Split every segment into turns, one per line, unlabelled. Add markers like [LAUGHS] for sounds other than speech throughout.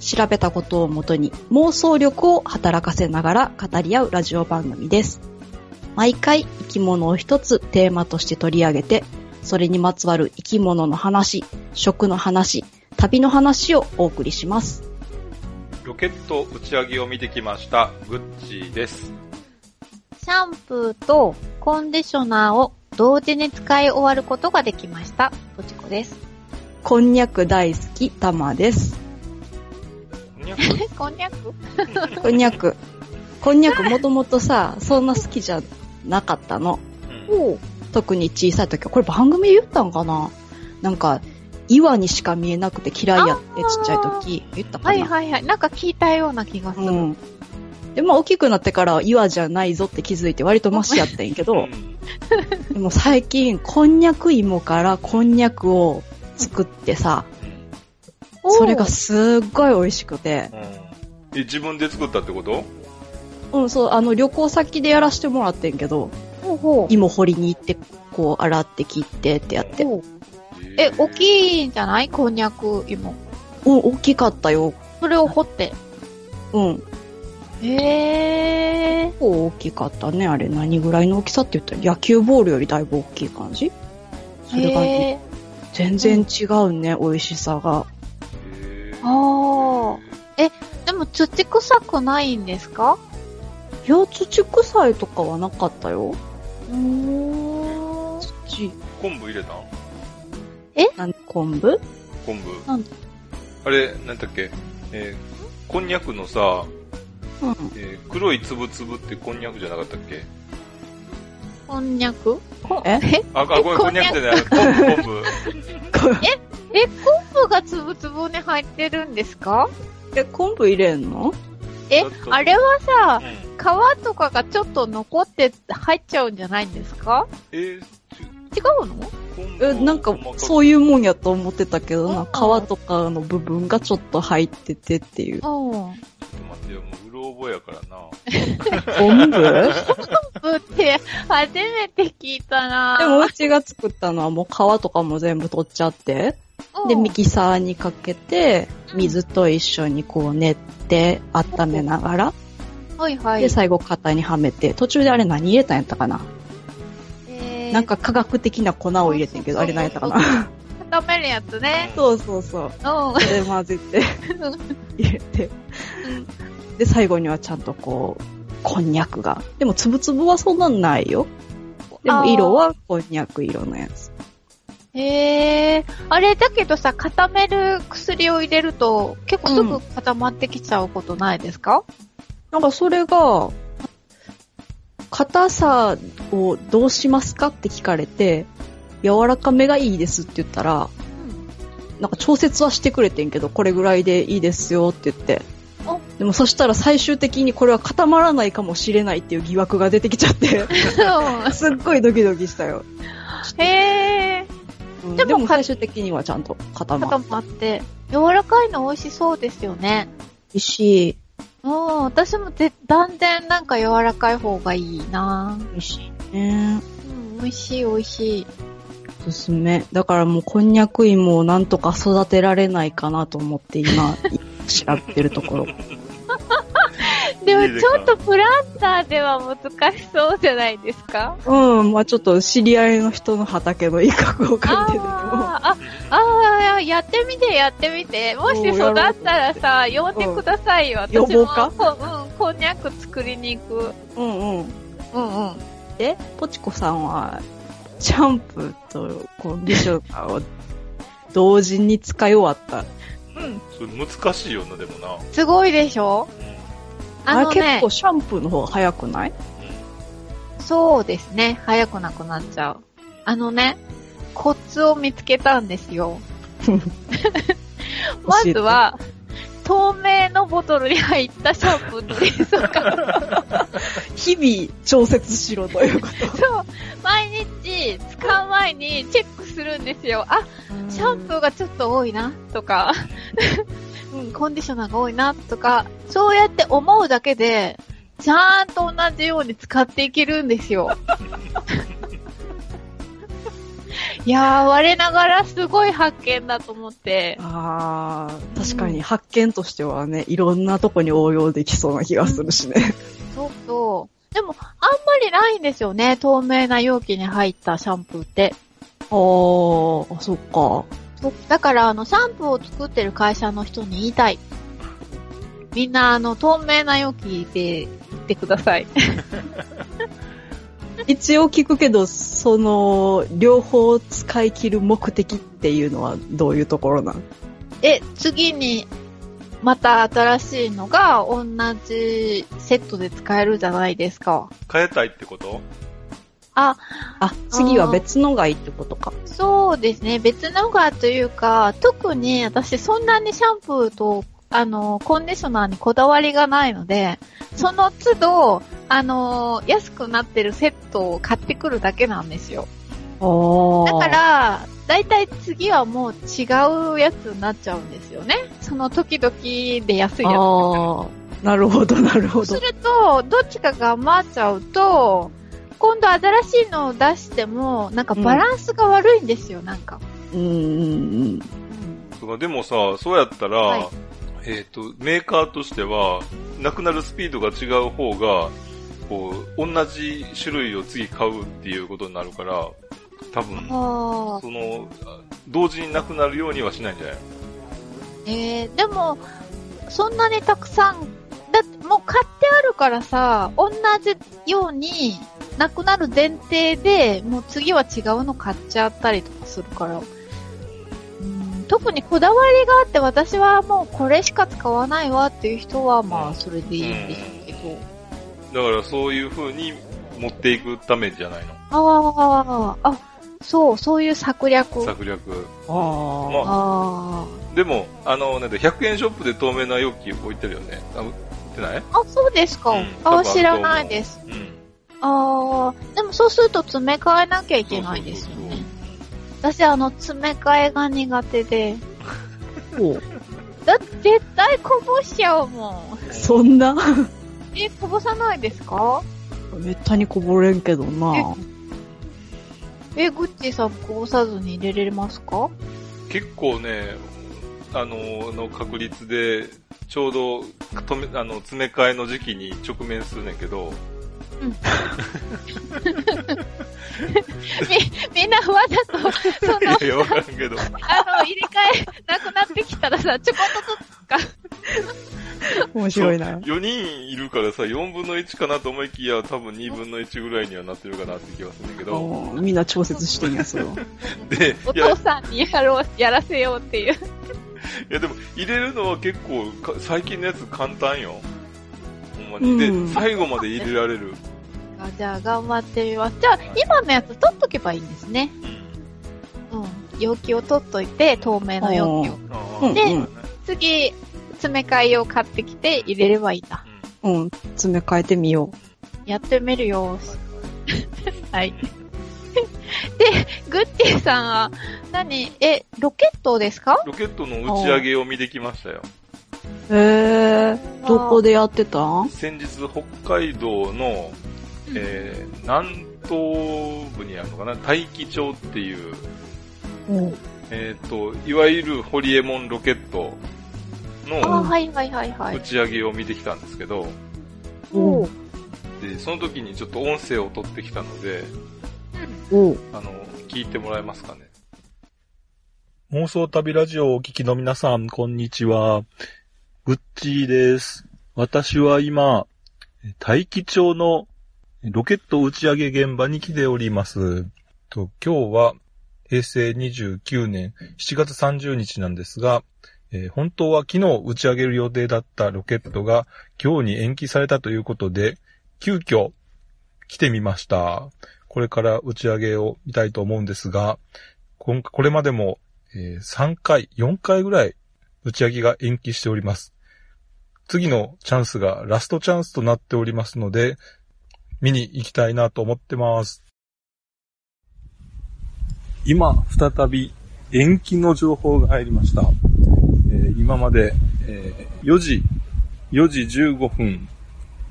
調べたことをもとに妄想力を働かせながら語り合うラジオ番組です。毎回生き物を一つテーマとして取り上げて、それにまつわる生き物の話、食の話、旅の話をお送りします。
ロケット打ち上げを見てきました、グッチーです。
シャンプーとコンディショナーを同時に使い終わることができました。とちこです。
こんにゃく大好き、たまです。
こんにゃく
え、こんにゃく
こんにゃく。こんにゃくもともとさ、そんな好きじゃなかったの。
うん
おう。
特に小さい時は、これ番組で言ったんかななんか、岩にしか見えなくて嫌いやって、
あー
ちっちゃい時。言ったかな
はいはいはい。なんか聞いたような気がする。
うん。で、まあ大きくなってから岩じゃないぞって気づいて割とマシやったんやけ
う
[LAUGHS]
ど、
ん
でも最近、こんにゃく芋からこんにゃくを作ってさ、
おう
それがすっごい美味しくて、
うんえ、自分で作ったってこと
うん、そう、あの、旅行先でやらしてもらってんけど、
ほうほう。
芋掘りに行って、こう、洗って切ってってやって。うん、
おうえ、大
い
きいんじゃないこんにゃく芋。
大きかったよ。
それを掘って。
うん。
へえ。
結構大きかったね。あれ何ぐらいの大きさって言ったら野球ボールよりだいぶ大きい感じそれがね、
へ
全然違うね、美味しさが。
ーあー。でも土臭くないんですか
いや、土臭いとかはなかったよ。
うーん。
土。
昆布入れたん
なん昆布
昆布。
うん
あれ、なんだっけえーこんにゃくのさ、
うん。
えー黒いつぶつぶってこんにゃくじゃなかったっけ
こんにゃくこ
え
え
あ、あ、ごめん、こ
こ
ん
ん
に
に
ゃ
ゃ
く
く
じゃない。昆布、昆布。
え、昆布がつぶつぶに入ってるんですか
[LAUGHS] え、昆布入れんの
え
ちょっ、と
あれはさ、
うん
皮とかがちょっと残って入っちゃうんじゃないんですか
えー、
違うの
昆布
え、なんか、そうういうもんやと思ってたけどな、
うん
皮とかの部分がちょっと入っててっていう。
うん。
待ってよ、もううろ覚えやからな。
昆 [LAUGHS] 布で
ぶって、初めて聞いたな
もうちが作ったのはもう皮とかも全部取っちゃって、
うん
で、ミキサーにかけて、
うん
水と一緒にこう練って、温めながら、
はいはい。
で、最後型にはめて、途中であれ何入れたんやったかな、
えー
なん、か科学的な粉を入れてんけど、あれ何やったかな
固めるやつね。
そうそうそう。
うん。は
それ混ぜて入れてで最後にはちゃんとこうこんにゃくがでもつぶつぶはそんなんないよで
あ
も
ー
色はこんにゃく色のやつ
へえー。あれだけどさ、固める薬を入れると、結構すぐ固まってきちゃうことないですか、
なんかそれが硬さをどうしますかって聞かれて柔らかめがいいですって言ったらなんか調節はしてくれてんけどこれぐらいでいいですよって言って
お
でもそしたら最終的にこれは固まらないかもしれないっていう疑惑が出てきちゃって
うん。
すっごいドキドキしたよ。
へえ
うん
で
で
も
も最終的にはちゃんと固
ー。
ま
固
る
まって。柔らかいの美味しそうですよね。
し、
うん、私もぜ断然なんか柔らかい方がいいな
美味しいね。
うん、美味しい美味しい。
おすすめ。だからもうこんにゃく芋をなんとか育てられないかなと思って [LAUGHS] 今、調べてるところ。
で
いいで
も
す
ち
か
ょっとプランターでは難しそうじゃないですか
うん、まあちょっと知り合いの人の畑の一角を借りてるけど。
あーあ、あーやってみてやってみて。もし
そう
育ったらさ、呼んでください
う
よ。
ん
私
呼ぼう
も
か
こうん、こんにゃく作りに行く。
[LAUGHS] うんうん。
うんうん。
で、ポチコさんは、シャンプーとコンディショナーを同時に使い終わった。
うん。
それ難しいよな、でもな。
すごいでしょあ
あ
の
れ結
ね
構、シャンプーの方が早くない
そうですね。早くなくなっちゃう。あのね、コツを見つけたんですよ。まずは、透明のボトルに入ったシャンプーの冷蔵庫。
日々調節しろというこ
そう。毎日、使う前にチェックするんですよ。あ、
と。
シャンプーがちょっと多いな、とか、 [LAUGHS] うん、コンディショナーが多いな、とか、そうやって思うだけで、ちゃんと同じように使っていけるんですよ。 [LAUGHS] いやー、我ながらすごい発見だと思って。
ああ、確かに発見としてはね、いろんなとこに応用できそうな気がするしね。
そうそう。でも、あんまりないんですよね。透明な容器に入ったシャンプーって。
おー、あそっか。
そうだから、あの、シャンプーを作ってる会社の人に言いたい。みんな、あの、透明な容器で言ってください。 [LAUGHS]
一応聞くけど、その、両方使い切る目的っていうのはどういうところなん
え、次に、また新しいのが同じセットで使えるじゃないですか。
変えたいってこと
あ、
あ、次は別のがいいってことか。
そうですね。別のがというか、特に私そんなにシャンプーと、あの、コンディショナーにこだわりがないので、その都度、あの、安くなってるセットを買ってくるだけなんですよ。
お
だか、ら、だいたい次はもう違うやつになっちゃうんですよね。その時々で安いやつ。
ああ、なるほど、なるほ
す
ど。
ると、どっちかが余っちゃうと、今度新しいのを出しても、なんかバランスが悪いんですよ、なんか。
うん、うん、
そうかでもさ、そうやったら、
はい
えっ、と、メーカーとしては、なくなるスピードが違う方が、こう、同じ種類を次買うっていうことになるから、多分、
あー
その、あ同時になくなるようにはしないんじゃない
えー、でも、そんなにたくさん、だってもう買ってあるからさ、同じように、なくなる前提で、もう次は違うの買っちゃったりとかするから。うん特にこだわりがあって、私はもうこれしか使わないわっていう人は、まあ、それでいいんでしょうけど。
だからそういう風に持っていくためじゃないの。
ああ、あ、そう、そういう策略。
策略。
ああ、
あ
でも、あの、なんだ、100円ショップで透明な容器置いてるよね。あ、売ってない
あ、あ、そうですか。
うん多分あ
あ
ると思う
知らないです。
うん。
ああ、でもそうすると詰め替えなきゃいけないですよ
そうそう
ね。私、あの、詰め替えが苦手で。
そう
だって、絶対こぼしちゃうもん。
そんな
え、こぼさないですか
めったにこぼれんけどな。
え、グッチーさんこぼさずに入れれますか
結構ね、あの、の確率で、ちょうど、とめあの、詰め替えの時期に直面するねんけ
[LAUGHS]
ど、
みんなわざと、その、
いや、わからんけど、
あの、入れ替えなくなってきたらさ、ちょこっとずつ
面白いな。
4人いるからさ、4分の1かなと思いきや、多分2分の1ぐらいにはなってるかなって気がするんだけど、
うんみんな調節してんや、それは。
で、
お
いや、
父
い
さんにやろう、やらせようっていう。
やでも、入れるのは結構か、最近のやつ簡単よ。ほんまに。
うん
で、最後まで入れられる。
あじゃあ、頑張ってみます。じゃあ、今のやつ取っとけばいいんですね。うん。容器を取っといて、透明の容器を。
あー
で
うん
次、詰め替えを買ってきて入れればいいんだ。
うん、詰め替えてみよ
やってみるよ。はい。で、グッティさんは、何え、ロケットですか
ロケットの打ち上げを見できましたよ。
う。へえ、どこでやってたん
先日、北海道の、えー南東部にあるのかな大気町っていう、
うん
えっ、と、いわゆるホリエモンロケット
あ
の
あ、はいはいはいは
打
い。
ち上げを見てきたんですけど、
お
う。
うん
で、その時にちょっと音声を取ってきたので、
おう
あの、聞いてもらえますかね。
妄想旅ラジオをお聞きの皆さん、こんにちは。グッチーです。私は今、大気町のロケット打ち上げ現場に来ております。と今日は平成29年7月30日なんですが、えー本当は昨日打ち上げる予定だったロケットが今日に延期されたということで、急遽来てみました。これから打ち上げを見たいと思うんですが、こんこれまでもえー3回、4回ぐらい打ち上げが延期しております。次のチャンスがラストチャンスとなっておりますので、見に行きたいなと思ってます。今、再び延期の情報が入りました。えー今まで、えー4時、4時15分、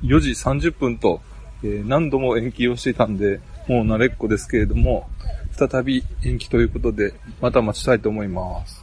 4時30分と、えー何度も延期をしていたんで、もう慣れっこですけれども、再び延期ということで、また待ちたいと思います。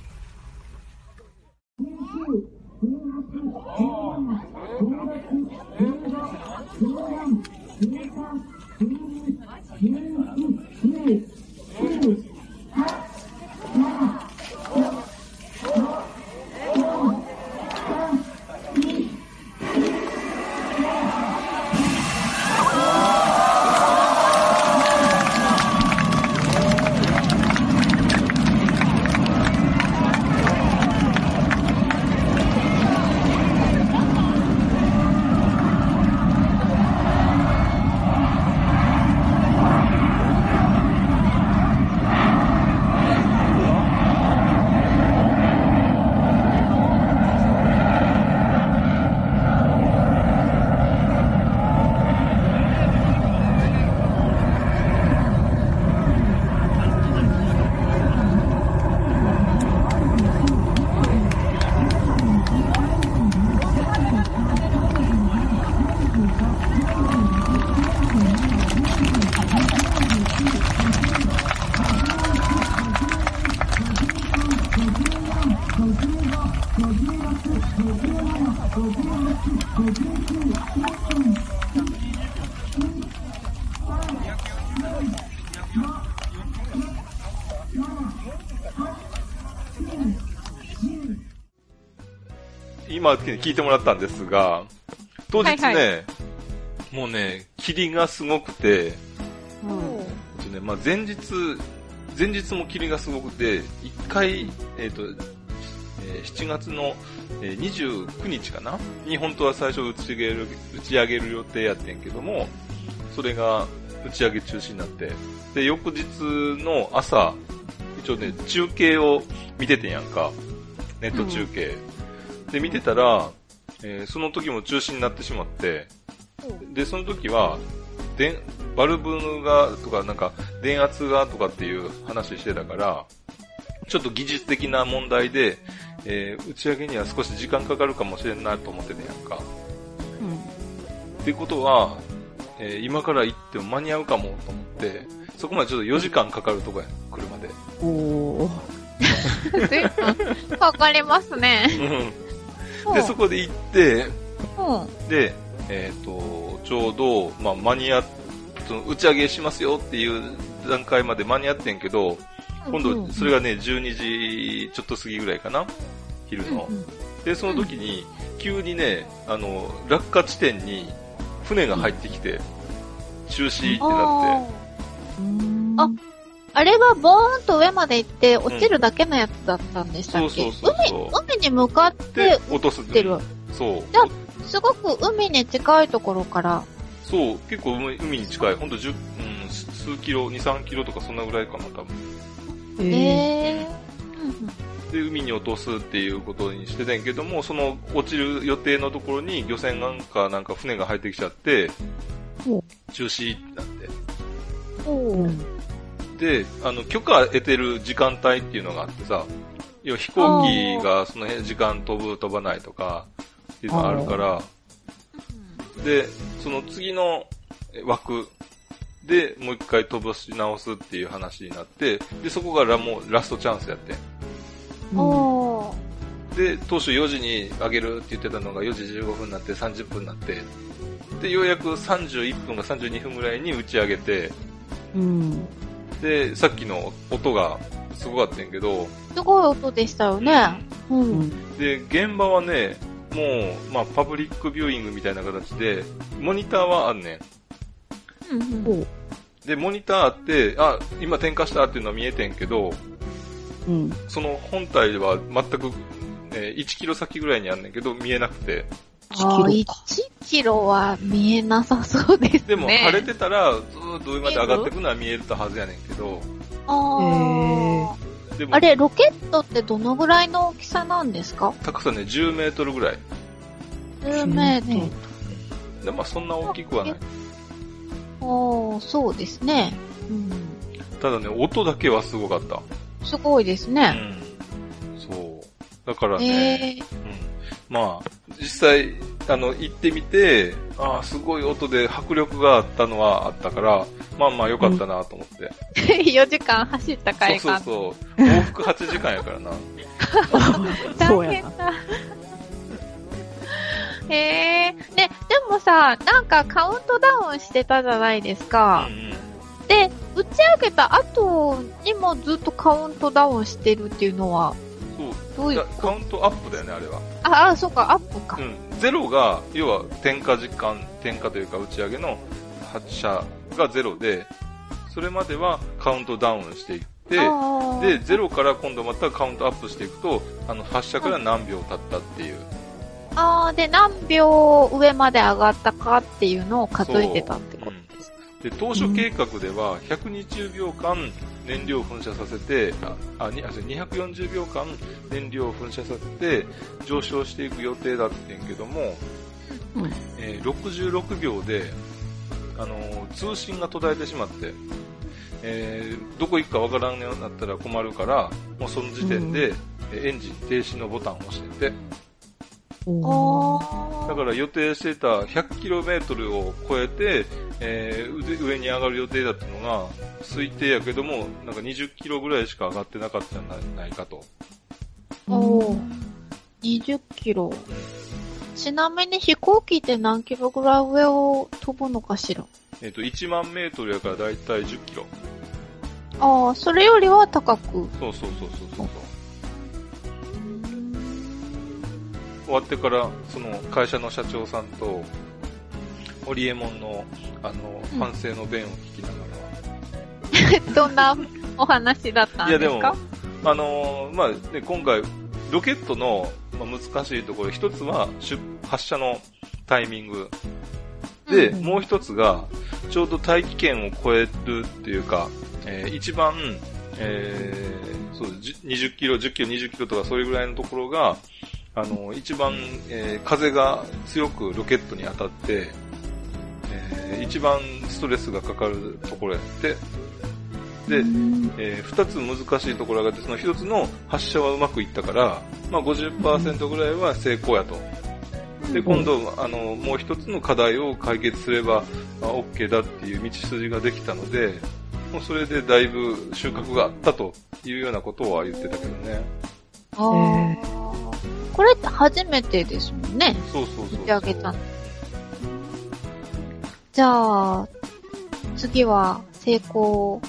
今聞いてもらったんですが、当日ね、
はいは
もうね、霧がすごくて、え
うん
っとねまあ、前日、前日も霧がすごくて、一回、えっ、と、えー7月のえー29日かなに本当は最初打ち上げる、打ち上げる予定やってんけども、それが打ち上げ中止になって、で、翌日の朝、一応ね、中継を見ててんやんか。ネット中継。で、見てたら、えーその時も中止になってしまって、で、その時は、電、バルブが、とか、なんか、電圧が、とかっていう話してたから、ちょっと技術的な問題で、えー打ち上げには少し時間かかるかもしれんなと思ってたやんか。っていうことは、えー今から行っても間に合うかもと思って、そこまでちょっと4時間かかるとこやん、車で。
おー
随分かかりますね。
で、そこで行って、
うん。
で、えっ、と、ちょうど、まあ、間に合っ、その打ち上げしますよっていう段階まで間に合ってんけど、今
う
度、
ん
それがね、12時ちょっと過ぎぐらいかな昼の。で、その時に、急にね、あの、落下地点に船が入ってきて、中止ってなって、
うん
ああれはボーンと上まで行って落ちるだけのやつだったんでしたっけ、
うんそうそうそうそう
海海に向かって
で、落とすっ
打ってる。
そう。
じゃあすごく海に近いところから。
そう、結構海海に近い。ほんと10、うん、す数キロ、2、3キロとかそんなぐらいかな、多分。
えー
え
で、海に落とすっていうことにしてたんやけども、その落ちる予定のところに漁船なんか、なんか船が入ってきちゃって
お、
中止ってなって。
ー、おー
で、あの、許可得てる時間帯っていうのがあってさ、要は飛行機がその辺時間飛ぶ飛ばないとか、っていうのがあるから、で、その次の枠でもう一回飛ばし直すっていう話になって、で、そこがラもうラストチャンスやって。
おー
で、当初4時に上げるって言ってたのが4時15分になって30分になって、で、ようやく31分か32分ぐらいに打ち上げて、
うん。
で、さっきの音がすごかったんやけど、
すごい音でしたよね。うん。
で、現場はね、もう、まあ、パブリックビューイングみたいな形で、モニターはあんね
うん
おー
ん。で、モニターあって、あ、今点火したっていうのは見えてんけど、
うん。
その本体は全く、えー1キロ先ぐらいにあんねんけど、見えなくて。
あー
1
1キロは見えなさそうですね。
でも、晴れてたら、ずーっと上まで上がってくのは見えたはずやねんけど、
あ
へ
ー
でも
あ、れ、ロケットってどのぐらいの大きさなんですか
高さね、10メートルぐらい。
有名ね。
で、まあそんな大きくはない。
おー、そうですね。うん。
ただね、音だけはすごかった。
すごいです
う
ね。
ん。そう。だからね、
え
うん、まあ、実際、あの、行ってみて、ああ、すごい音で迫力があったのはあったから、まあまあ良かったなと思って。
ー、4時 [LAUGHS] 間走った海岸
そう。そうそう。往復8時間やからな。
大変だ。へえー。ね、でもさ、なんかカウントダウンしてたじゃないですか
う。んうん
で、打ち上げた後にもずっとカウントダウンしてるっていうのは、
そ
ど
うう。
い
だ
う、
カウントアップだよね、あれは。
あ、あ、そうか、アップか
う。ん。ゼロが、要は、点火時間、点火というか打ち上げの発射がゼロで、それまではカウントダウンしていって、
あー
で、ゼロから今度またカウントアップしていくと、あの、発射から何秒経ったっていう。
あーで、何秒上まで上がったかっていうのを数えてたってことです。
で、当初計画では、120秒間燃料を噴射させて、あ、あにあ違う240秒間燃料を噴射させて、上昇していく予定だってんけども、
うん
えー66秒で、あのー通信が途絶えてしまって、えーどこ行くかわからんようになったら困るから、もうその時点で、えーエンジン停止のボタンを押してて、
お
お
ー
だ
ー
から予定してた 100km を超えて、えー上上に上がる予定だったのが、推定やけども、なんか 20km ぐらいしか上がってなかったんじゃないかと。
おー20キロ。ちなみに飛行機って何キロぐらい上を飛ぶのかしら
えっ、と、1万メートルやからだいたい 10km。
ああ、それよりは高く。
そうそうそうそうそうそう。終わってから、その会社の社長さんと、オリエモンの、あの、
うん
反省の弁を聞きながら、
どんなお話だったん
いや
で
ですも
か、
あのーまあね、今回、ロケットの、まあ、難しいところ、一つは出発射のタイミング。で、
うん
もう一つが、ちょうど大気圏を超えるっていうか、えー一番、えーそう、じ20キロ、10キロ、20キロとかそれぐらいのところが、あのー一番、えー風が強くロケットに当たって、えー一番ストレスがかかるところやって、で、えー二つ難しいところがあって、その一つの発射はうまくいったから、まあ50%ぐらいは成功やと。で、今度、あの、もう一つの課題を解決すれば、まあ、OK だっていう道筋ができたので、もうそれでだいぶ収穫があったというようなことは言ってたけどね。
あーこれって初めてですもんね。
そうそうそうそう。
打ち上げたのじゃあ、次は成功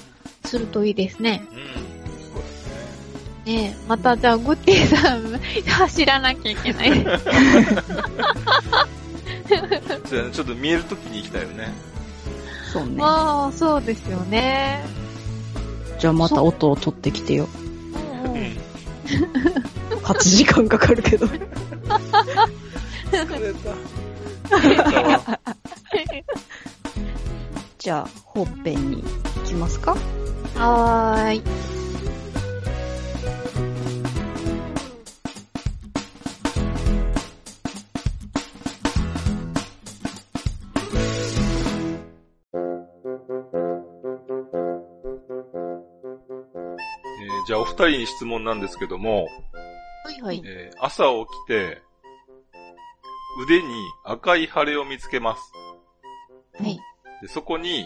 するといいですね。
うん。そうですね。
ねえまたじゃあ、グッティさん、 [LAUGHS] 走らなきゃいけ [LAUGHS] ない。
そうやねちょっと見える時に行きたいよね。
そうね。
ああ、そうですよね。
じゃあまた音を取ってきてよ。
うんうん
8時間かかるけど。
疲れた。疲れたわ。
じゃあ、本編に行きますか
はーい。
えーじゃあお二人に質問なんですけども、
はいはい。
えー朝起きて、腕に赤い腫れを見つけます。
はい。
でそこに、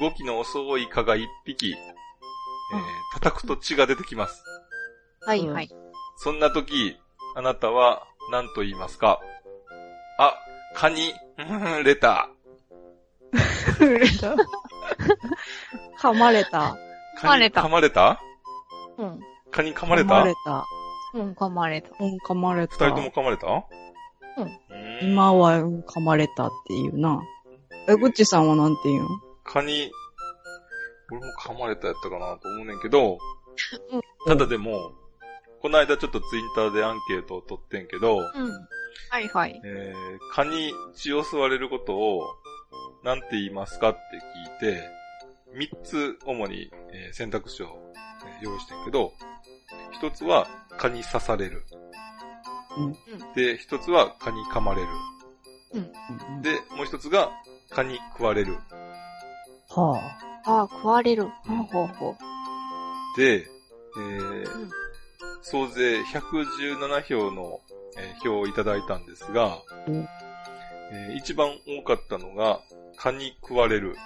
動きの遅い蚊が一匹、えー叩くと血が出てきます。
はいはい。
そんな時、あなたは何と言いますかあ、蚊に、うんレタ
噛まれた。
ー。
噛ま
蚊
れた
に噛まれた
うん。
蚊に噛ま
噛
れた
まれた。
うん、噛まれた。
うん、噛まれ
二
た
人。とも噛まれた
うん
ん
今は、うん、噛まれたっていうな。え、ぐっちさんはなんて言うの
蚊に、俺も噛まれたやったかなと思うねんけど
うん、
ただでも、この間ちょっとツイッターでアンケートを取ってんけど、
うん。はいはい。
えー、蚊に血を吸われることを、なんて言いますかって聞いて、三つ主に、えー選択肢をえー用意してんけど、一つは蚊に刺される。
うん
で、一つは蚊に噛まれる。
うん
で、もう一つが蚊に食われる。
は
ああ、食われる。ほうほうほ
で、えー
うん
総勢117票の、えー票をいただいたんですが、
うん
えー一番多かったのが、蚊に食われる。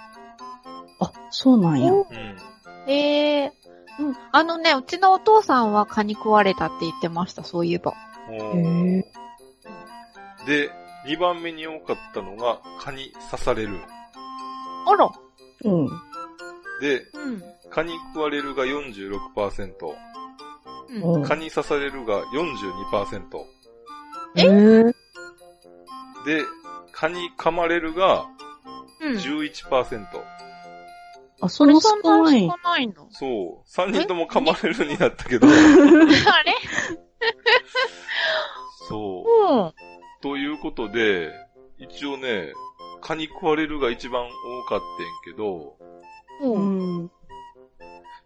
あ。あ、そうなんや。
う。
うん。
ええうん。あのね、うちのお父さんは蚊に食われたって言ってました、そういえば。
お
へ
ーで、2番目に多かったのが、蚊に刺される。
あら。
うん。
で、
うん。
蚊に食われるが46%、
うん。
蚊に刺されるが42%、
え
え
で、蚊に噛まれるが
うん。
11%。
あ、その
そ
少
んな
ない。
少ないの
そう。3人とも噛まれるになったけど、
あれ
そう。
[LAUGHS] うん。
ということで、一応ね、蚊に食われるが一番多かってんけど、
う
うん。
ん。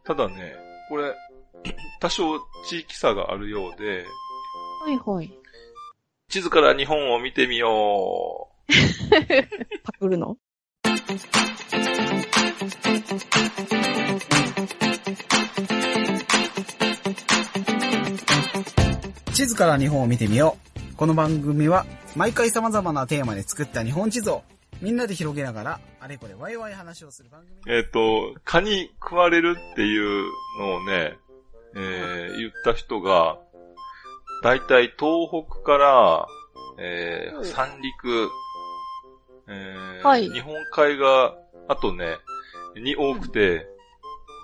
ただね、これ、多少地域差があるようで、
はい [LAUGHS] はい。
地図から日本を見てみよ
パクるの
地図から日本を見てみよう。この番組は毎回様々なテーマで作った日本地図をみんなで広げながらあれこれワイワイ話をする番組。
う。えっ、と、蚊に食われるっていうのをね、えー言った人が、だいたい東北から、えー
うん
三陸、えー
はい
日本海側、あとね、に多くて、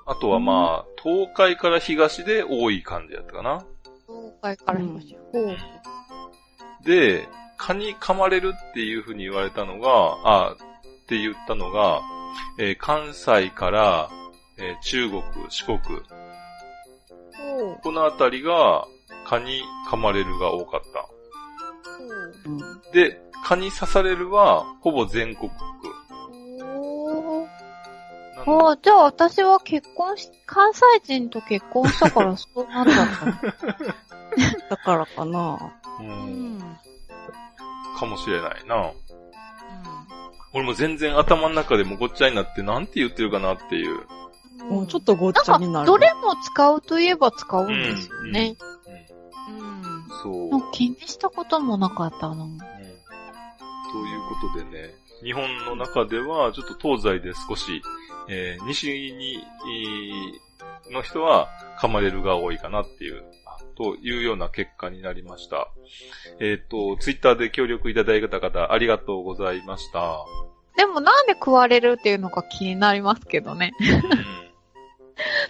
あとはまあ、東海から東で多い感じやったかな。
東海から東。ほう。
で、蚊に噛まれるっていうふうに言われたのが、あ、って言ったのが、えー関西から、えー中国、四国、
ほう。
このあたりが蚊に噛まれるが多かった。
うん。
で、蚊に刺されるはほぼ全国区。
ほう。
なの
ああ、じゃあ私は結婚し、関西人と結婚したからそうなんだった。
だからかな。
う、
うん [LAUGHS] ん。
かもしれないな。俺も全然頭の中でもごっちゃになってなんて言ってるかなっていう。
もうちょっとごっちゃにな
な
ん
か、
る。
どれも使うといえば使うんですよね。うん。
そう。
なんか気にしたこともなかったな。
うんということでね、日本の中では、ちょっと東西で少し、えー西に、えーの人は噛まれるが多いかなっていう、というような結果になりました。えっ、と、ツイッターで協力いただいた方、ありがとうございました。
でもなんで食われるっていうのが気になりますけどね。
うん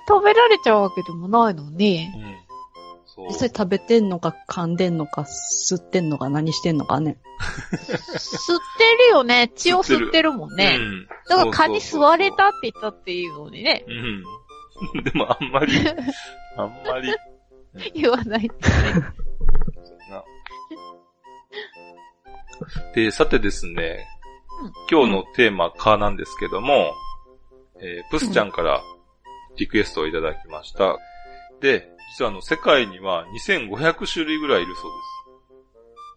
食べられちゃうわけでもないのに。
うんそう
実際食べてんのか噛んでんのか吸ってんのか何してんのかね。
吸ってるよね。血を吸ってるもんね。
うん
だから蚊に吸われ
そう
たって言ったっていうのにね。
そうそううん。で [LAUGHS] もあんまり、あんまり、
言わない。
な。で、さてですね
うん、
今日のテーマ、蚊なんですけども、えープスちゃんからリクエストをいただきました。で、実はあの、世界には2500種類ぐらいいるそう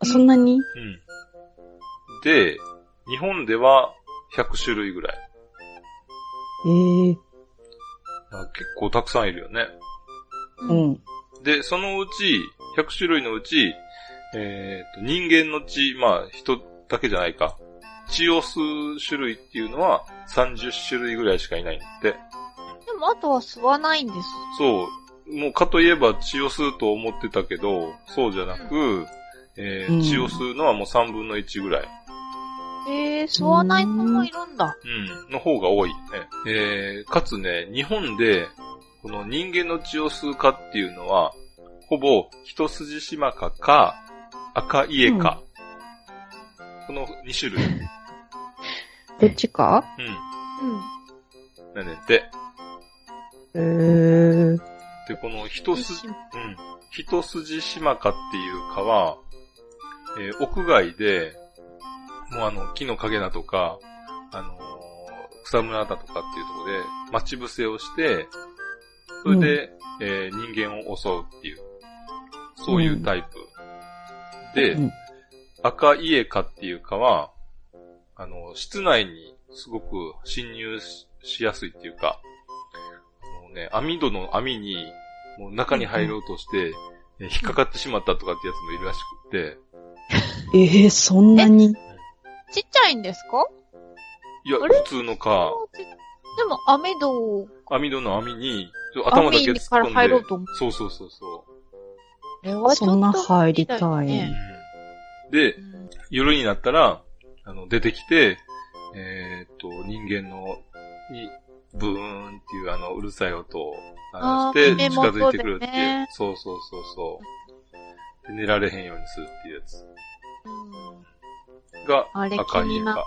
あそんなに
です。うん。で、日本では100種類ぐらい。
ええ
だから結構たくさんいるよね。
う。ん。
で、そのうち、100種類のうち、えーと、人間の血、まあ、人だけじゃないか。血を吸う種類っていうのは30種類ぐらいしかいないんだって。
でもあとは吸わないんです。
そう。もう、かといえば血を吸うと思ってたけど、そうじゃなく、えー
うん
血を吸うのはもう3分の1ぐらい。
えー、吸わない子もいるんだ。
うん。の方が多いね。えー、かつね、日本で、この人間の血を吸う蚊っていうのは、ほぼ、一筋島蚊か、赤家蚊。この2種類。うん。
どっちか
うん。
なんでって。
ええー。
で、この一筋、うん。一筋島蚊っていう蚊は、えー屋外で、もうあの、木の陰だとか、あのー草むらだとかっていうところで、待ち伏せをして、それで、えー人間を襲うっていう、そういうタイプ。で、
うん
赤イエカっていう蚊は、あの、室内にすごく侵入ししやすいっていうか、もうね、網戸の網に、もう中に入ろうとして、え引っかかってしまったとかってやつもいるらしくって、
えー、そんなに
ちっちゃいんですか
いや、
あれ
普通の蚊、
ちでも、網戸を、
網戸の網に、ちょ頭だ
網
け突っ
にから
込
入ろ
ん
う
で、
と思う。
そうそうそうそ
あれはちょっと
そんな入りたい
うん
ね。
で
う、ん
夜になったら、あの、出てきて、えーっと、人間の、に、ブーンっていうあの、うるさい音を
あ
鳴ら
ー
して、近づいてくるっていう。
耳元でね
そうそうそうそう。で寝られへんようにするっていうやつ
うん
が、
あれ
赤い
気になる
か。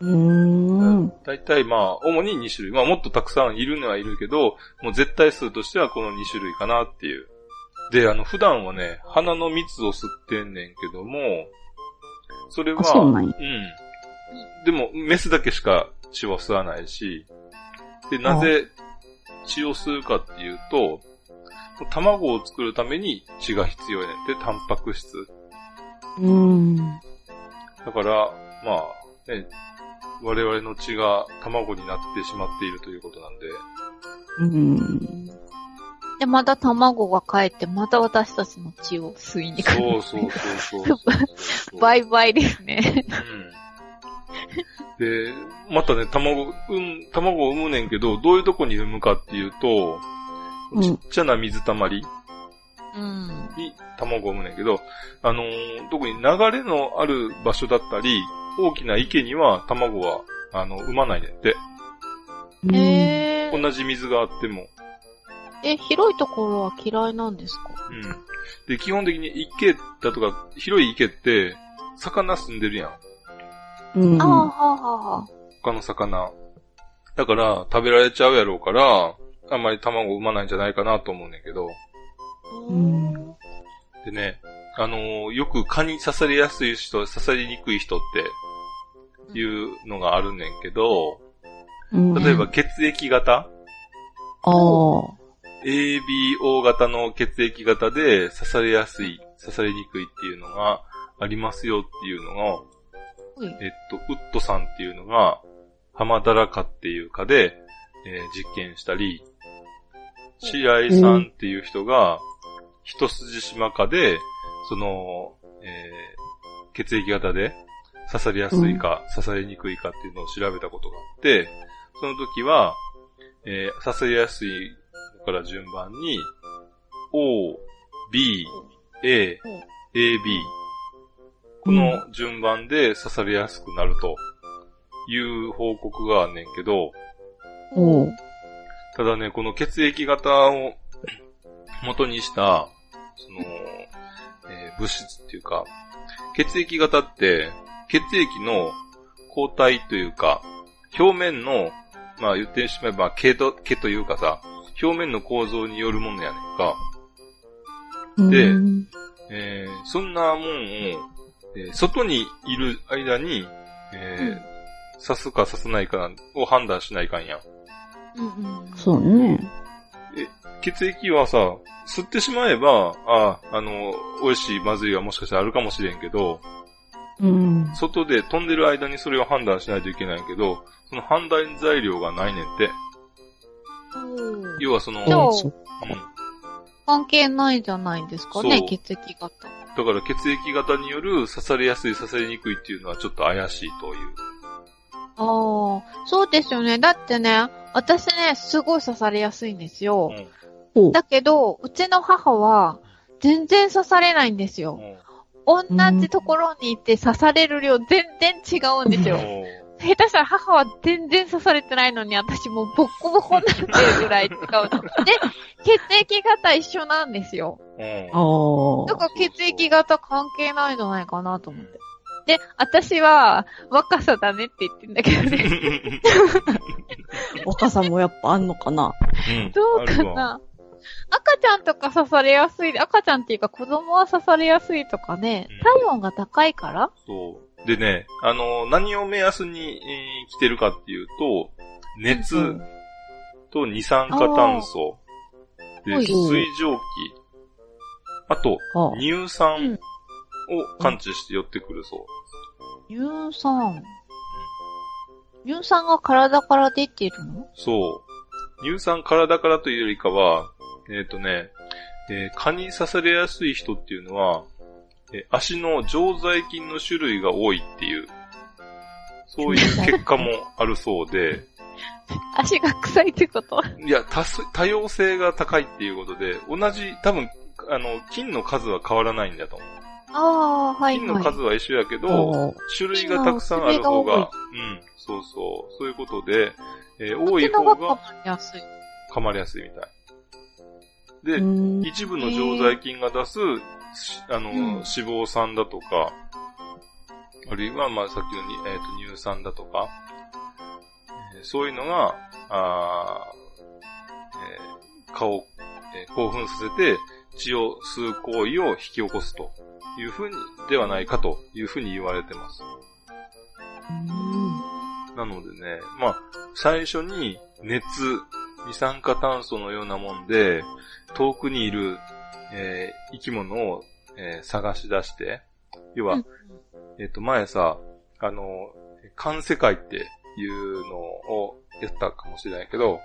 うーん。
大体まあ、主に2種類。まあ、もっとたくさんいるのはいるけど、もう絶対数としてはこの2種類かなっていう。で、あの、普段はね、花の蜜を吸ってんねんけども、それは、
あそうなんや
うん。でも、メスだけしか血は吸わないし、で、なぜ血を吸うかっていうと、卵を作るために血が必要やねんって、タンパク質。
うん。
だから、まあ、ね、我々の血が卵になってしまっているということなんで、
うん。
で、まだ卵が帰って、また私たちの血を吸いに来
そ
る。
うそうそうそうそう。
[LAUGHS] バ
イ。
イバイですね。
で、またね、卵、うん、卵を産むねんけど、どういうとこに産むかっていうと
う、ん
ちっちゃな水たまり
うん。
に卵を産むねんけど、あのー特に流れのある場所だったり、大きな池には卵は、あの、産まないねんって。
え
へー
同じ水があっても。
え、広いところは嫌いなんですか
うん。で、基本的に池だとか、広い池って、魚住んでるやん。
うん。
ああ、はあはあは
他の魚。だから、食べられちゃうやろうから、あんまり卵を産まないんじゃないかなと思うねんけど。
あ。
ん
でね、あのーよく蚊に刺されやすい人、刺されにくい人っていうのがあるねんけど、
うん
例えば血液型、
ああ。
ABO 型の血液型で刺されやすい、刺されにくいっていうのがありますよっていうのを、
はい
えっと、ウッドさんっていうのが、ハマダラカっていう蚊で、えー実験したり、CI さんっていう人が、一筋島蚊で、その、えー血液型で刺されやすいか、刺されにくいかっていうのを調べたことがあって、その時は、えー刺されやすいのから順番に、O、B、A
うん、
AB、この順番で刺されやすくなるという報告があんねんけど、
おう。
ただね、この血液型を [COUGHS] 元にした、その、えー物質っていうか、血液型って、血液の抗体というか、表面の、まあ言ってしまえば、毛と、毛というかさ、表面の構造によるものやねんか、で
うん
えーそんなもんを、えー外にいる間に、えー刺すか刺さないかを判断しないかんやん。
うんうん。
そうね。
血液はさ、吸ってしまえば、ああ、あの、美味しい、まずいはもしかしたらあるかもしれんけど、
うん。
外で飛んでる間にそれを判断しないといけないけど、その判断材料がないねんって。
うん
要はその、
じゃあ
うん、
そう
関係ないじゃないですかね
そ、う
血液
だ
型。
から血液型による刺されやすい、刺されにくいっていうのはちょっと怪しいという。
ああ、そうですよね。だってね、私ね、すごい刺されやすいんですよ。
うん
おう
だけど、うちの母は、全然刺されないんですよ。
うん
同じところにいて刺される量全然違うんですよ。下手したら母は全然刺されてないのに、私もうボッコボコになってるぐらい使うの。で、血液型一緒なんですよ。
うん
ああ
だ。から血液型関係ないんじゃないかなと思って。で、私は若さだねって言ってんだけ
[LAUGHS]
どね。
若さもやっぱあんのかな。
うん
どう
あ
か
るわ
な赤ちゃんとか刺されやすい、赤ちゃんっていうか子供は刺されやすいとかね
うん、
体温が高いから
そう。でね、あの、何を目安に、えー来てるかっていうと、熱
うん
と二酸化炭素、
あー
で
はい
水蒸気、あと
ああ
乳酸、
うん
を感知して寄ってくるそう。
ユンさん。ユンさんが体から出てるの
そう。乳酸体からというよりかは、えっ、とね、えー蚊に刺されやすい人っていうのは、えー足の常在菌の種類が多いっていう、そういう結果もあるそうで、
足が臭いってこと
いや、多数多様性が高いっていうことで、同じ、多分、あの、菌の数は変わらないんだと思う。
ああ、はい、
菌の
はい
数。は一緒やけど、
おー
種類がたくさんある方
菌の
が、うん、そうそう、そういうことで、えー
こ
多
っ
い
ちの
方
方が
が
噛まれやすい。
噛まれやすいみたい。で、
うん
一部の常在菌が出す、しあの、
うん
脂肪酸だとか、あるいは、まあ、さっきのに、えーと乳酸だとか、えーそういうのが、あーえー顔、えー興奮させて、血を吸う行為を引き起こすというふうに、ではないかというふうに言われてます。なのでね、まあ、最初に熱、二酸化炭素のようなもんで、遠くにいる、えー生き物を、えー探し出して、要は、
うん
えっ、と、前さ、あの、環世界っていうのをやったかもしれないけど、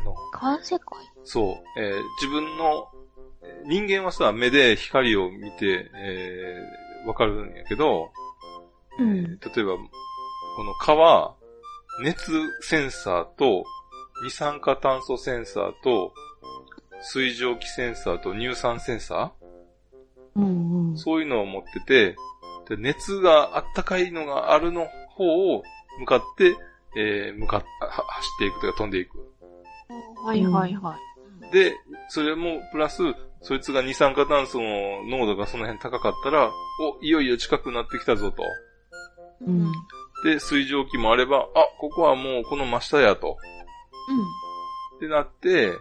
あの
感世界
そう、えー自分の、えー人間はさ、目で光を見て、えーわかるんやけど、え
う
ー
ん
例えば、この蚊は、熱センサーと、二酸化炭素センサーと、水蒸気センサーと乳酸センサ
うんうん
ーそういうのを持ってて、で熱があったかいのがあるの方を向かって、えー向かっ、は走っていくというか飛んでいく。
はいはいはい。
で、それもプラス、そいつが二酸化炭素の濃度がその辺高かったら、お、いよいよ近くなってきたぞと。
う
うん。うんん。
で、水蒸気もあれば、あ、ここはもうこの真下やと。ってなって、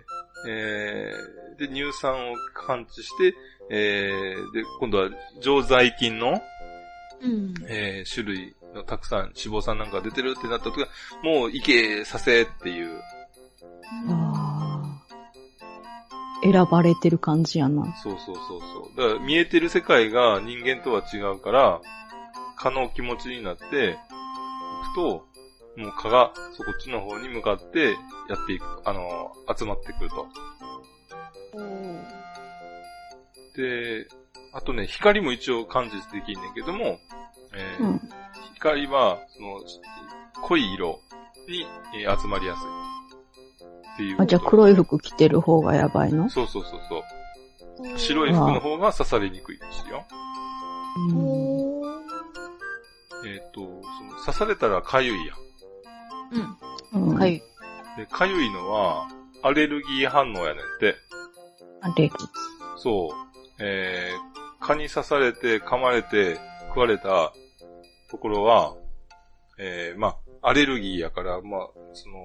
えー、で、乳酸を感知して、えー、で、今度は常在菌の、
うん。
えー、種類のたくさん、脂肪酸なんかが出てるってなった時は、もう、いけ、させっていう。
あー選ばれてる感じやな。
そうそうそうそう。だから見えてる世界が人間とは違うから、蚊の気持ちになって、行くと、もう蚊がそこっちの方に向かってやっていく、あの、集まってくると。で、あとね、光も一応感知できんねんけども、えー
うん
光は、その、濃い色に、えー集まりやすい。っていうこと。
あ、じゃあ黒い服着てる方がやばいの
そうそうそうそう。白い服の方が刺されにくいですよ。
うん
えっ、と、その、刺されたら痒いやん。
うん
は。い。
で、かゆいのは、アレルギー反応やねんって。
あれ、
そう。えー、蚊に刺されて、噛まれて、食われたところは、えー、まあ、アレルギーやから、まあ、その、えー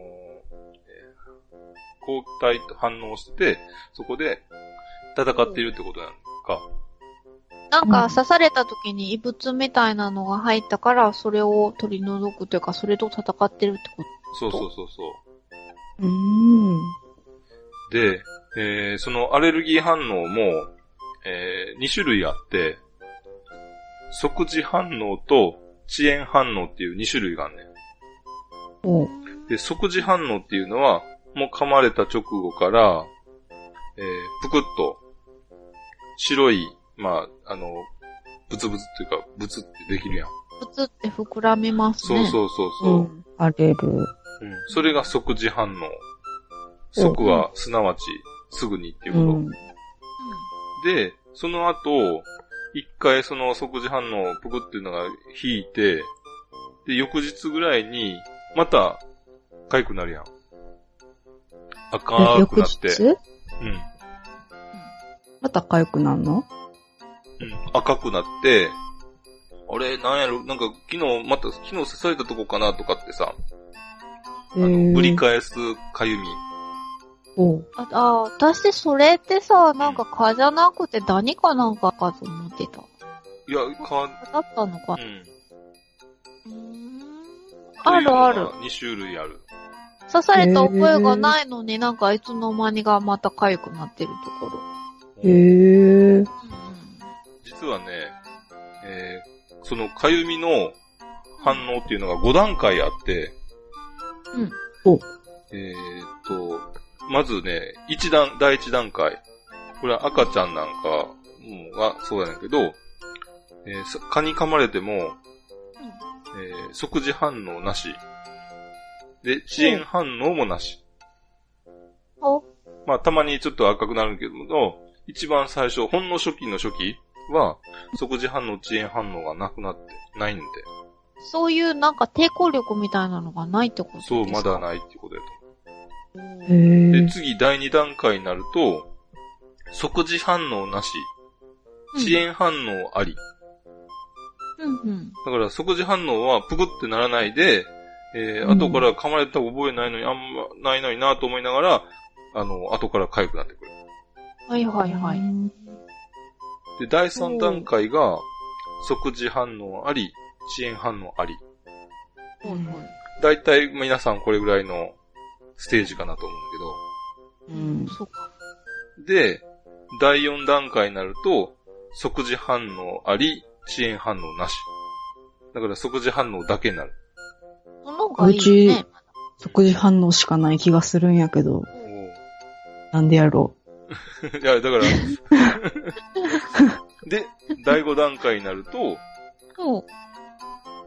抗体と反応してて、そこで戦っているってことなのか。
なんか刺された時に異物みたいなのが入ったから、それを取り除くというか、それと戦ってるってこ
そうそうそうそう。
うん。
で、えーそのアレルギー反応も、え2種類あって、即時反応と遅延反応っていう2種類があるね
おう。
ん。で、即時反応っていうのは、もう噛まれた直後から、えーぷくっと、白い、まあ、あの、ブツブツっていうか、ブツってできるやん。
と。プツって膨らみます
そう
ね。う。
そうそうそう。
ん。あれる。
うんそれが即時反応。即は、すなわち、すぐにっていうこと。
うん。
で、その後、一回その即時反応をぷくっていうのが引いて、で、翌日ぐらいに、また、かゆくなるやん。
え
赤く
翌
なって。
日
うん。うん。
また痒くなるの
赤くなって、あれ、なんやろ、なんか昨日、また、昨日刺されたとこかなとかってさ、あの、ぶり返すかゆみ。
おう
ああ、私それってさ、なんか蚊じゃなくてダニかなんかかと思ってた。
いや、か、
蚊だったのか
う。ん。
あるある。。
2種類ある。
刺された覚えがないのになんかいつの間にかまた痒くなってるところ。
へえ。
うん
実はね、えーそのかゆみの反応っていうのが5段階あって、
うん。
お
えーっと、まずね、一段、第一段階。これは赤ちゃんなんかもがそうやねんけど、えーさ蚊に噛まれても、えー即時反応なし。で、遅延反応もなし。
お
まあ、たまにちょっと赤くなるけども、一番最初、ほんの初期の初期は、即時反応、遅延反応がなくなって、ないんで。
そういうなんか抵抗力みたいなのがないってことですか
そう、まだないってことやと。
へえ
で、。次、第2段階になると、即時反応なし、
うん
遅延反応あり。
うんうん。
だから、即時反応はプクってならないで、えー、
うん
後から噛まれた覚えないのに、あんま、ないのになと思いながら、あの、後から痒くなってくる。
はいはいはい。
で、第3段階が、即時反応あり、遅延反応あり。
うん
だいたい皆さんこれぐらいのステージかなと思うんだ
うん。
そうか。
けど。で、第4段階になると、即時反応あり、遅延反応なし。だから即時反応だけになる。
その方がいいよね。
即時反応しかない気がするんやけど、なんでやろ。
[LAUGHS] いや、だから。で、第5段階になると、も
そ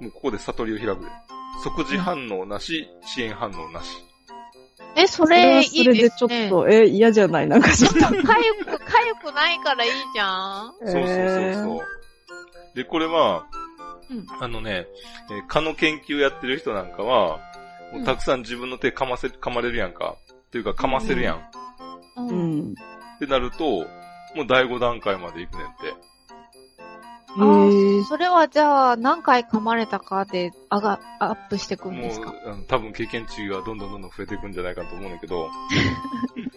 う。
うここで悟りを開くで。即時反応なし、遅延反応なし。
え、そう
それ
れ
はいそ
い
れで
で
ち
す
ょ
ね。
っと、え、嫌じゃないなんかちょっ
[LAUGHS]
と。
ちょっとかゆく、かゆくないからいいじゃん。
そうそうそうそう。で、これは、
うん
あのね、えー蚊の研究やってる人なんかは、もうたくさん自分の手噛ませ、噛まれるやんか。というか噛ませるやん。っ
う。ん。
てなると、もう第5段階まで行くねんって。
へえ。
それはじゃあ、何回噛まれたかで、あが、アップしてくるん
も
ですか
う、あの多分経験値がどんどんどんどん増えていくんじゃないかと思うんだけど、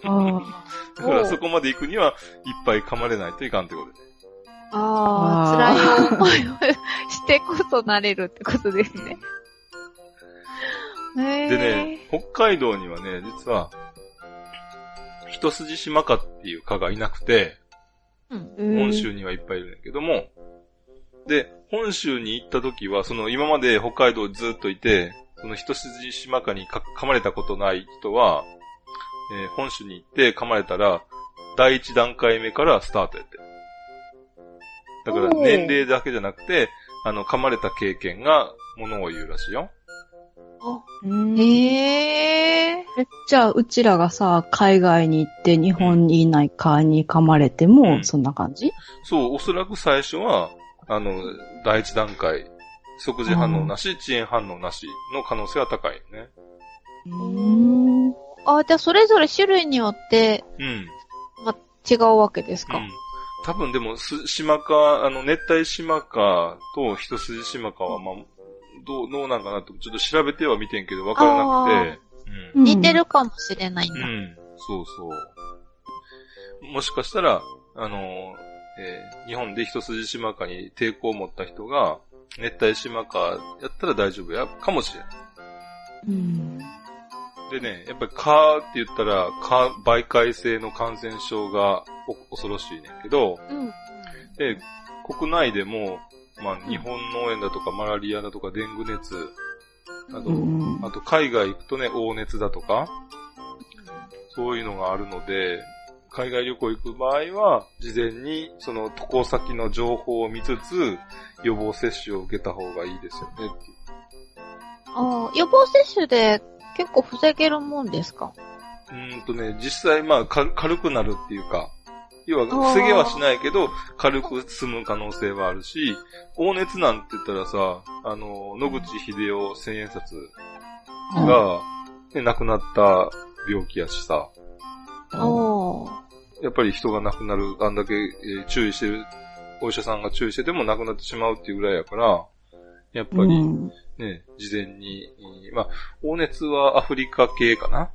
あ
だから
おう
そこまで行くには、いっぱい噛まれないといかんってことで。
ああ、辛い思いをしてこそなれるってことですね。 [LAUGHS] へえ
でね、北海道にはね、実は、一筋島蚊っていう蚊がいなくて、
うん。
ー
本州にはいっぱいいるんだけども、で、本州に行った時は、その今まで北海道ずっといて、その一筋島かにか噛まれたことない人は、えー本州に行って噛まれたら、第一段階目からスタートやって。だから
おー
年齢だけじゃなくて、あの、噛まれた経験がものを言うらしいよ。
うん
へえ
えじゃあ、うちらがさ、海外に行って日本にいない蚊に噛まれても、
うん
そんな感じ
そう、おそらく最初は、あの、第一段階、即時反応なし、遅延反応なしの可能性が高いよね。
う
ー。あ、じゃあそれぞれ種類によって
うん。
違うわけです
う
か、
ん。多分でも、す、島か、あの、熱帯島かと一筋島かは、まあ、どう、どうなんかなと、ちょっと調べては見てんけど、わからなくて。うん。
似てるかもしれないん
う
だ。
ん。そうそう。もしかしたら、あの、えー日本で一筋島かに抵抗を持った人が、熱帯島かやったら大丈夫や、かもしれん。
うん。
でね、やっぱり蚊って言ったら、蚊媒介性の感染症がお恐ろしいねんけど、
うん。
で、国内でも、まあ、日本脳炎だとか、マラリアだとか、デング熱、あ
う
と、
ん。
あと海外行くとね、黄熱だとか、そういうのがあるので、海外旅行行く場合は、事前に、その渡航先の情報を見つつ、予防接種を受けた方がいいですよねっていう。
あー予防接種で結構防げるもんですか
うーんとね、実際まあか軽くなるっていうか、要は防げはしないけど、軽く済む可能性はあるし、黄熱なんて言ったらさ、あの、野口秀夫千円札が、ね亡くなった病気やしさ、
ああ。
やっぱり人が亡くなる、あんだけ、えー注意してる、お医者さんが注意してても亡くなってしまうっていうぐらいやから、やっぱ
う
り
ん。
ね、事前に、うんまあ、黄熱はアフリカ系かな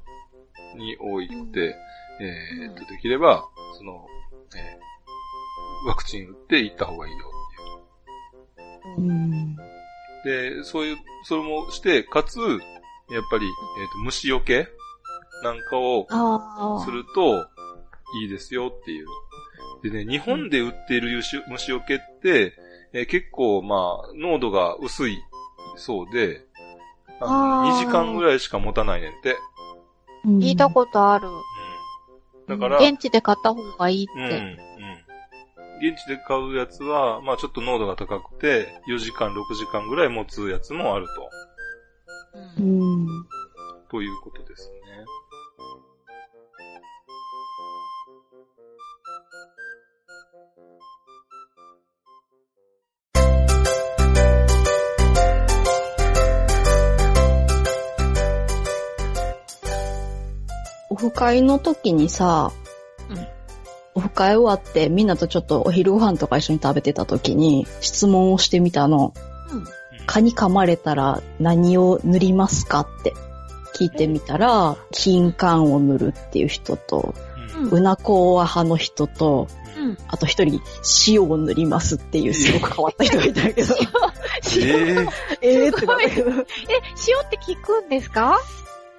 に多いので、えーっと、できれば、その、えーワクチン打って行った方がいいよ
うん。
っていう。で、そういう、それもして、かつ、やっぱり、えーっと、虫除けなんかを
ああ
す。ると、いいですよっていう。でね、日本で売っている虫虫除けって、えー結構、まあ、濃度が薄いそうで、あ
あ
の
ー
2時間ぐらいしか持たないねんて。
聞いたことある。
だから、
現地で買った方がいいっ
うん、う
て。
ん。現地で買うやつは、まあちょっと濃度が高くて、4時間、6時間ぐらい持つやつもある
う
うん
ん。
と、ということですね。
オフ会の時にさ、
うん
オフ会終わってみんなとちょっとお昼ご飯とか一緒に食べてた時に質問をしてみたの。蚊に噛まれたら何を塗りますかって聞いてみたら、金管を塗るっていう人と、
うん
うん
うなこは派の人と、
うん。
あと一人塩を塗りますっていうすごく変わった人がいたんだけど、
えー
[LAUGHS] ええってなったけど。
え、塩って効くんですか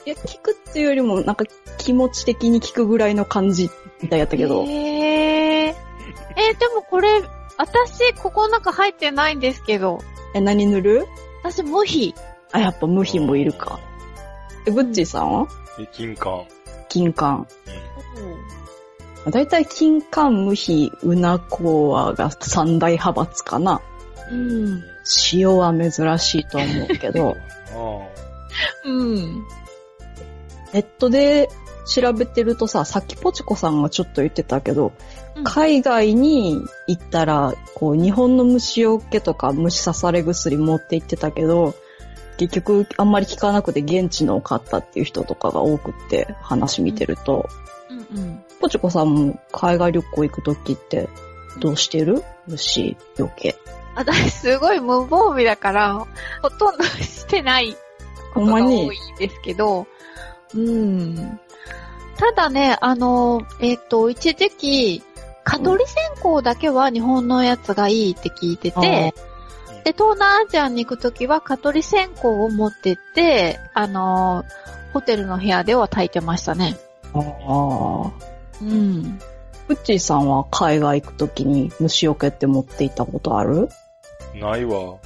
いや、聞くっていうよりも、なんか気持ち的に聞くぐらいの感じみたいやったけど。
へえー。え、でもこれ、私、ここの中入ってないんですけど。
え、何塗る
私、モヒ。
あ、やっぱ無比もいるか。。え、ブッチーさんは
え、金管。
金管。だいたい金管、無比、うなこわが三大派閥かな。
うん。
塩は珍しいと思うけ
[LAUGHS]
ど。
あ
うん。
ネットで調べてるとさ、さっきポチコさんがちょっと言ってたけど、
うん
海外に行ったら、こう、日本の虫よけとか虫刺され薬持って行ってたけど、結局あんまり効かなくて現地のを買ったっていう人とかが多くって話見てると、
うんうん。
ポチコさんも海外旅行行くときってどうしてる虫よけ。
私、すごい無防備だから、ほとんどしてない
ほ
こ
ん
と
ま
が多
に
い。ですけど、うん。ただね、あの、えっ、と、一時期、蚊取り線香だけは日本のやつがいいって聞いてて、
ー
で、東南アジアに行くときは蚊取り線香を持ってって、あの、ホテルの部屋では焚いてましたね。
ああ。
うん。
プッチーさんは海外行くときに虫よけって持って行ったことある
ないわ。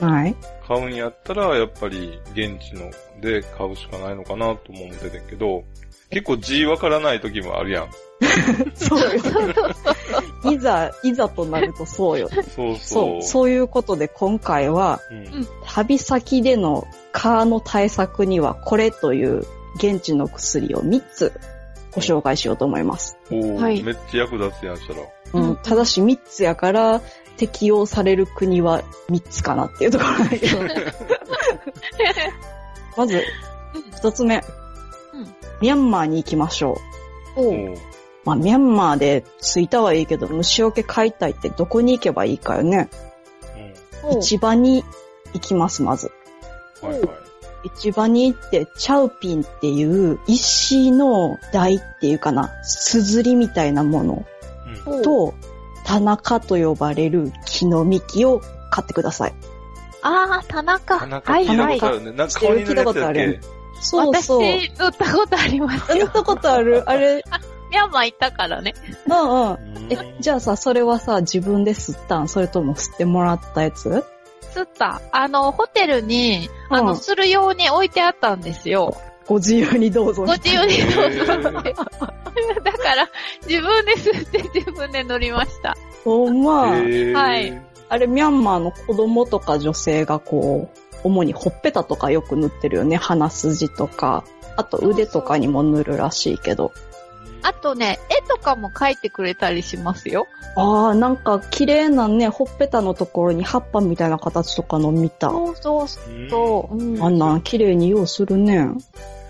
ない。
買うんやったら、やっぱり現地ので買うしかないのかなとも思ってたけど、結構字わからない時もあるやん。
そうよ。いざ、いざとなるとそうよ。
そう
そ、
そうう。
そういうことで今回は、
うん。
旅先での蚊の対策にはこれという現地の薬を3つご紹介しようと思います。
おー
はい
めっちゃ役立つやんしたら。
う
うん
ん、ただし3つやから、適用される国は3つかなっていうところなんだけど。 [LAUGHS] まず、1つ目
うん。
ミャンマーに行きましょう。
お
おう
ー
まあ、ミャンマーで着いたはいいけど、虫除け解体ってどこに行けばいいかよね。
おう
市場に行きます、まず。
うん。はいはい。
市場に行って、チャウピンっていう石の台っていうかな、すずりみたいなもの
うん。
おう
と、田中と呼ばれる木の幹を買ってください。
あー、田中。
田中
はい
聞いた
は
こ
い
と。あるね。なんか香りのやつやっ
聞い
け
たそうそう。
私、乗ったことあります
や
よ
っ。たことあるあれ、
ミャンマー行ったからね。
うんうん。え、じ
ゃ
ゃあさ、それはさ、自分で吸ったんそれとも吸ってもらったやつ
釣った。あの、ホテルに、あ
う
の、
ん
する用に置いてあったんですよ。
ご自由にどうぞ。
ご自由に [LAUGHS]
へー
どうぞって。だから、自分で吸って自分で乗りました。
ほんま。
はい
あれ、ミャンマーの子供とか女性がこう、主にほっぺたとかよく塗ってるよね。鼻筋とか。あと腕とかにも塗るらしいけど。
あとね、絵とかも描いてくれたりしますよ。
ああ、なんか綺麗なね、ほっぺたのところに葉っぱみたいな形とかの見た。
そうそうそう。うん
あんなん綺麗に用するね。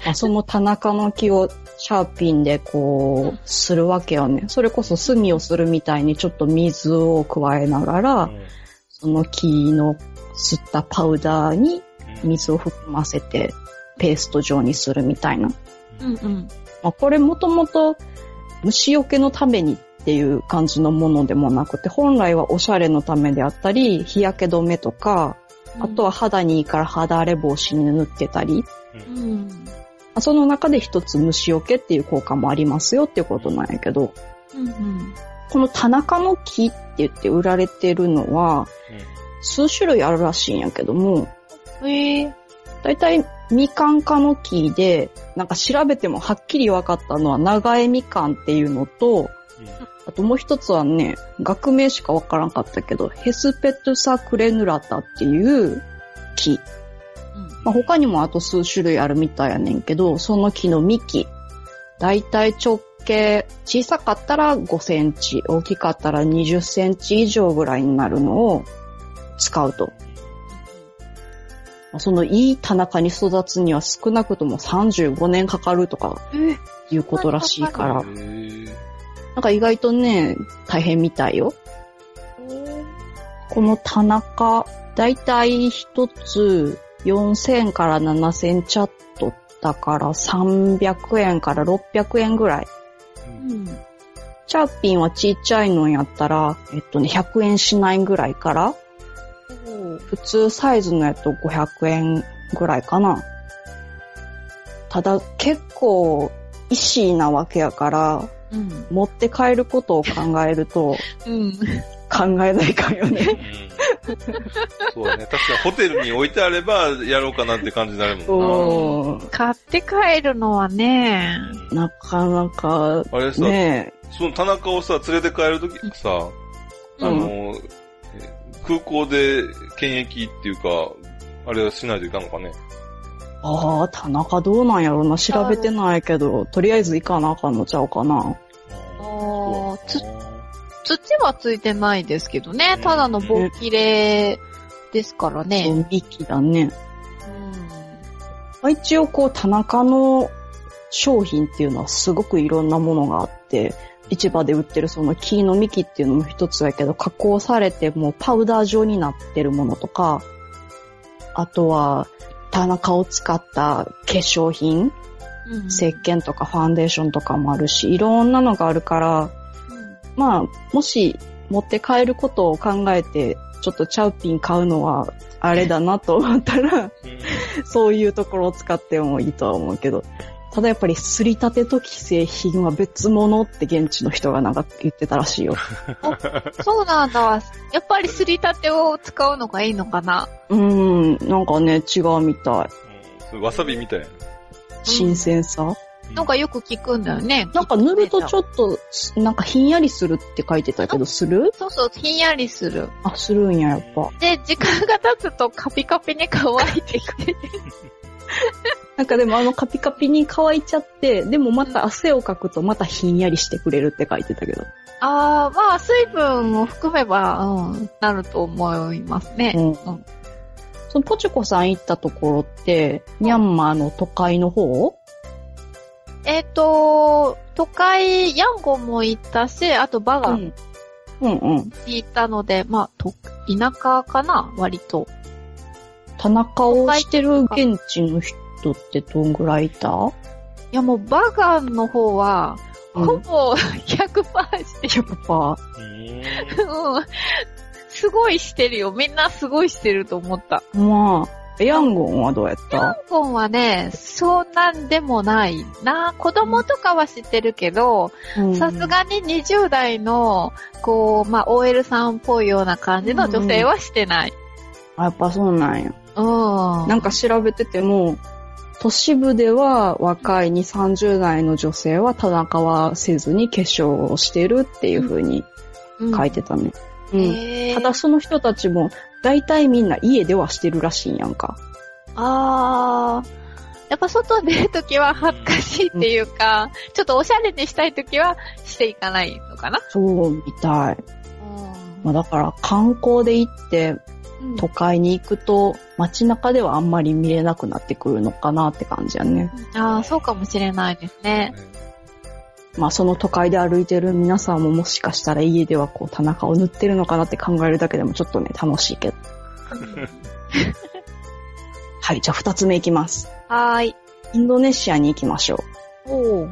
まあ、その田中の木をシャーピンでこう、するわけよね。それこそ炭をするみたいにちょっと水を加えながら、その木の吸ったパウダーに水を含ませてペースト状にするみたいな。
うんうん。
まあ、これもともと虫除けのためにっていう感じのものでもなくて、本来はおしゃれのためであったり、日焼け止めとか、あとは、肌にいいから肌荒れ防止に塗ってたり、
うん。
まあその中で一つ虫除けっていう効果もありますよっていうことなんやけど、
うんうん。
この田中の木って言って売られてるのは、数種類あるらしいんやけども、
えー、
だいたいみかん科の木で、なんか調べてもはっきり分かったのは長江みかんっていうのと、あともう一つはね、学名しか分からんかったけど、ヘスペトゥサクレヌラタっていう木。まあ、他にもあと数種類あるみたいやねんけど、その木の幹。だいたい直径、小さかったら5センチ、大きかったら20センチ以上ぐらいになるのを使うと。まあそのいい田中に育つには少なくとも35年かかるとか
うん。え
いうことらしいから、
へー
なんか意外とね、大変みたいよ。この田中、だいたい一つ4000から7000チャットだから300円から600円ぐらい。
うん。
チャッピンはちっちゃいのやったら、えっとね、100円しないぐらいから、普通サイズのやと500円ぐらいかな。ただ結構、意思なわけやから、
うん。
持って帰ることを考えると、
うん。
考えないかんよ
[LAUGHS]
ね。
うんそうだね。確かにホテルに置いてあればやろうかなって感じになるもん
うん
買って帰るのはね、
な。
なかなか、
あれさ、
ね
その田中をさ、連れて帰るときさ、あの、え空港で検疫っていうか、あれはしないといかんのかね。
ああ、田中どうなんやろな。調べてないけど、とりあえず行かなあかんのちゃうかな。
あー
そう
土はついてないですけどね
う、ん
ただの棒切れですからね。
ね、力だね。
う
まあ、一応こう、田中の商品っていうのはすごくいろんなものがあって、市場で売ってるその木の幹っていうのも一つやけど、加工されてもうパウダー状になってるものとか、あとは、田中を使った化粧品
ん。うん
石鹸とかファンデーションとかもあるし、いろんなのがあるから、まあ、もし持って帰ることを考えて、ちょっとチャウピン買うのは、あれだなと思ったら、そういうところを使ってもいいとは思うけど、ただやっぱり、すりたてと既製品は別物って現地の人がなんか言ってたらしいよ。
そうなんだ。やっぱりすりたてを使うのがいいのかな。
うーん、なんかね、違うみたい。
それわさびみたいな。
新鮮さ。
なんかよく聞くんだよね。
なんか塗るとちょ
っ
っと、なんかひんやりするって書いてたけど、する
と。そうそう、ひんやりする。
あ、するんや、やっぱ。
で、時間が経つとカピカピに乾いてき
[LAUGHS]
て。
なんかでもあのカピカピに乾いちゃって、でもまた汗をかくとまたひんやりしてくれるって書いてたけど。
ああ、まあ、水分を含めば、うん、なると思いますね。
うん。そのポチコさん行ったところって、ミャンマーの都会の方
えっ、と、都会、ヤンゴンも行ったし、あとバガンも。
うんうん。
行ったので、まあ、と、田舎かな割と。
田中をしてる現地の人ってどんぐらいいた
いや、もうバガンの方は、
うん
ほぼ100%してる。
?100%。
うん。すごいしてるよ。みんなすごいしてると思った。
まあ、ヤンゴンはどうやった
香港はね、そんなんでもないな。子供とかは知ってるけど、さす。がに20代の、こう、まあ、OL さんっぽいような感じの女性はしてない。
あ、やっぱそうなんや。
うん。
な
なん
か調べてても、都市部では若い2、30代の女性は田中はせずに化粧をしてるっていう風に書いてたね。う。
うんん
ただその人たちも、大体みんな家ではしてるらしいんやんか。
あー。やっぱ外出るときは恥ずかしいっていうか、ちょっとおしゃれにしたいときはしていかないのかな。
そうみたい。まあ、だから観光で行って
うん
都会に行くと街中ではあんまり見れなくなってくるのかなって感じやね。
あーそうかもしれないですね。
まあその都会で歩いてる皆さんももしかしたら家ではこう田中を塗ってるのかなって考えるだけでもちょっとね楽しいけど。はい、じゃあ二つ目行きます。
はーい。
インドネシアに行きましょ
おう
う。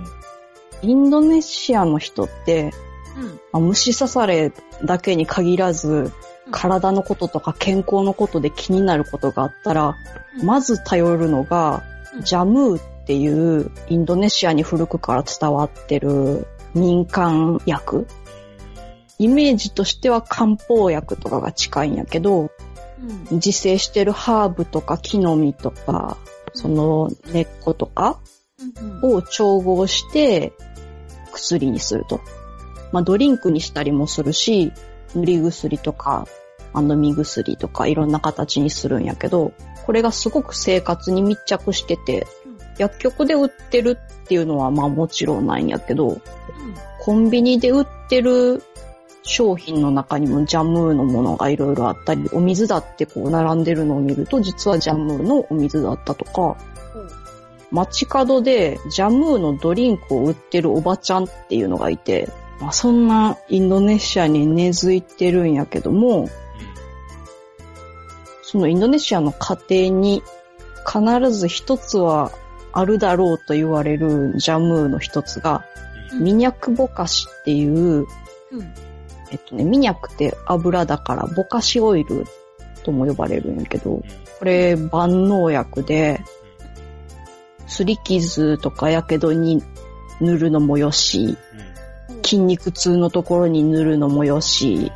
インドネシアの人って
うん。
まあ虫刺されだけに限らず、
うん
体のこととか健康のことで気になることがあったら、
うん
まず頼るのが
う、ん
ジャムーっていうインドネシアに古くから伝わってる民間薬イメージとしては漢方薬とかが近いんやけど、
うん。
自生してるハーブとか木の実とか、その根っことか
うんうん
を調合して薬にすると。まあドリンクにしたりもするし、塗り薬とか、あの見薬とかいろんな形にするんやけど、これがすごく生活に密着してて
うん、
薬局で売ってるっていうのはまあもちろんないんやけど、コンビニで売ってる商品の中にもジャムーのものがいろいろあったり、お水だってこう並んでるのを見ると、実はジャムーのお水だったとか、街角でジャムーのドリンクを売ってるおばちゃんっていうのがいて、まあ、そんなインドネシアに根付いてるんやけども、そのインドネシアの家庭に必ず一つはあるだろうと言われるジャムーの一つが、
うん
ミニャクボカシっていう、
うん
えっとね、ミニャクって油だからボカシオイルとも呼ばれるんやけど、これ万能薬で、すり傷とかやけどに塗るのもよし、筋肉痛のところに塗るのもよし、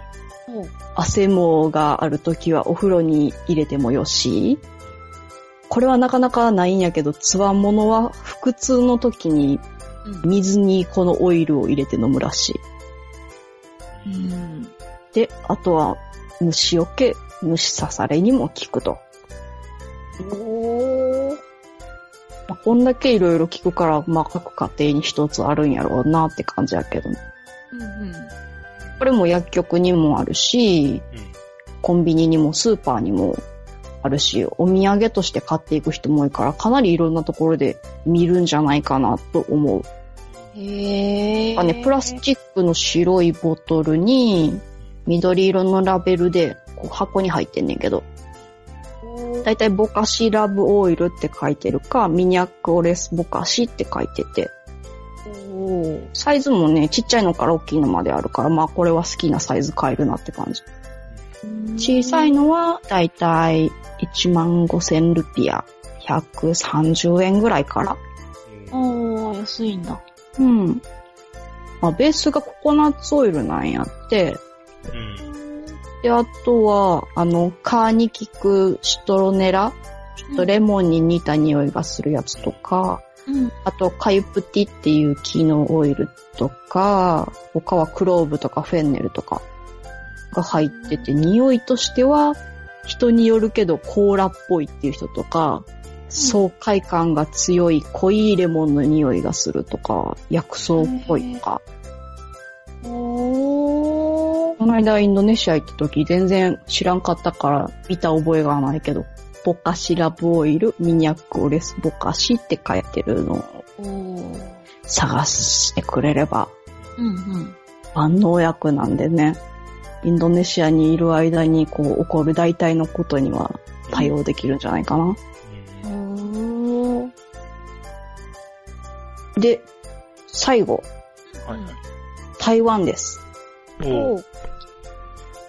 うん
汗毛があるときはお風呂に入れてもよし、これはなかなかないんやけど、つわものは腹痛の時に
うん
水にこのオイルを入れて飲むらしい。
うん
で、あとは虫除け、虫刺されにも効くと。
おー
まあ、こんだけいろいろ聞くから、まあ、各家庭に一つあるんやろうなって感じやけど、
うんうん
これも薬局にもあるし、コンビニにもスーパーにもあるし、お土産として買っていく人も多いから、かなりいろんなところで見るんじゃないかなと思う。
へ
あ
ー。
ね、プラスチックの白いボトルに、緑色のラベルで、こう箱に入ってんねんけど、だいたいボカシラブオイルって書いてるか、ミニアックオレスボカシって書いてて、サイズもね、ちっちゃいのから大きいのまであるから、まあこれは好きなサイズ買えるなって感じ。小さいのはだいたい1万5千ルピア、130円ぐらいから。
おー、安いんだ。
うん。まあベースがココナッツオイルなんやって、で、あとは、あの、カーに効くシトロネラ、ちょっとレモンに似た匂いがするやつとか、
うん。
あと、カユプティっていう木のオイルとか、他はクローブとかフェンネルとかが入ってて、匂いとしては人によるけどコーラっぽいっていう人とか、爽快感が強い濃いレモンの匂いがするとか、薬草っぽいとか。
おー。
この間インドネシア行った時全然知らんかったから見た覚えがないけど、ボカシラブオイル、ミニャックオレスボカシって書いてるのを
おー。
探してくれれば
うんうん。
万能薬なんでね、インドネシアにいる間にこう起こる大体のことには対応できるんじゃないかな。
おー。
で、最後、
はいはい
台湾です。
お
ー。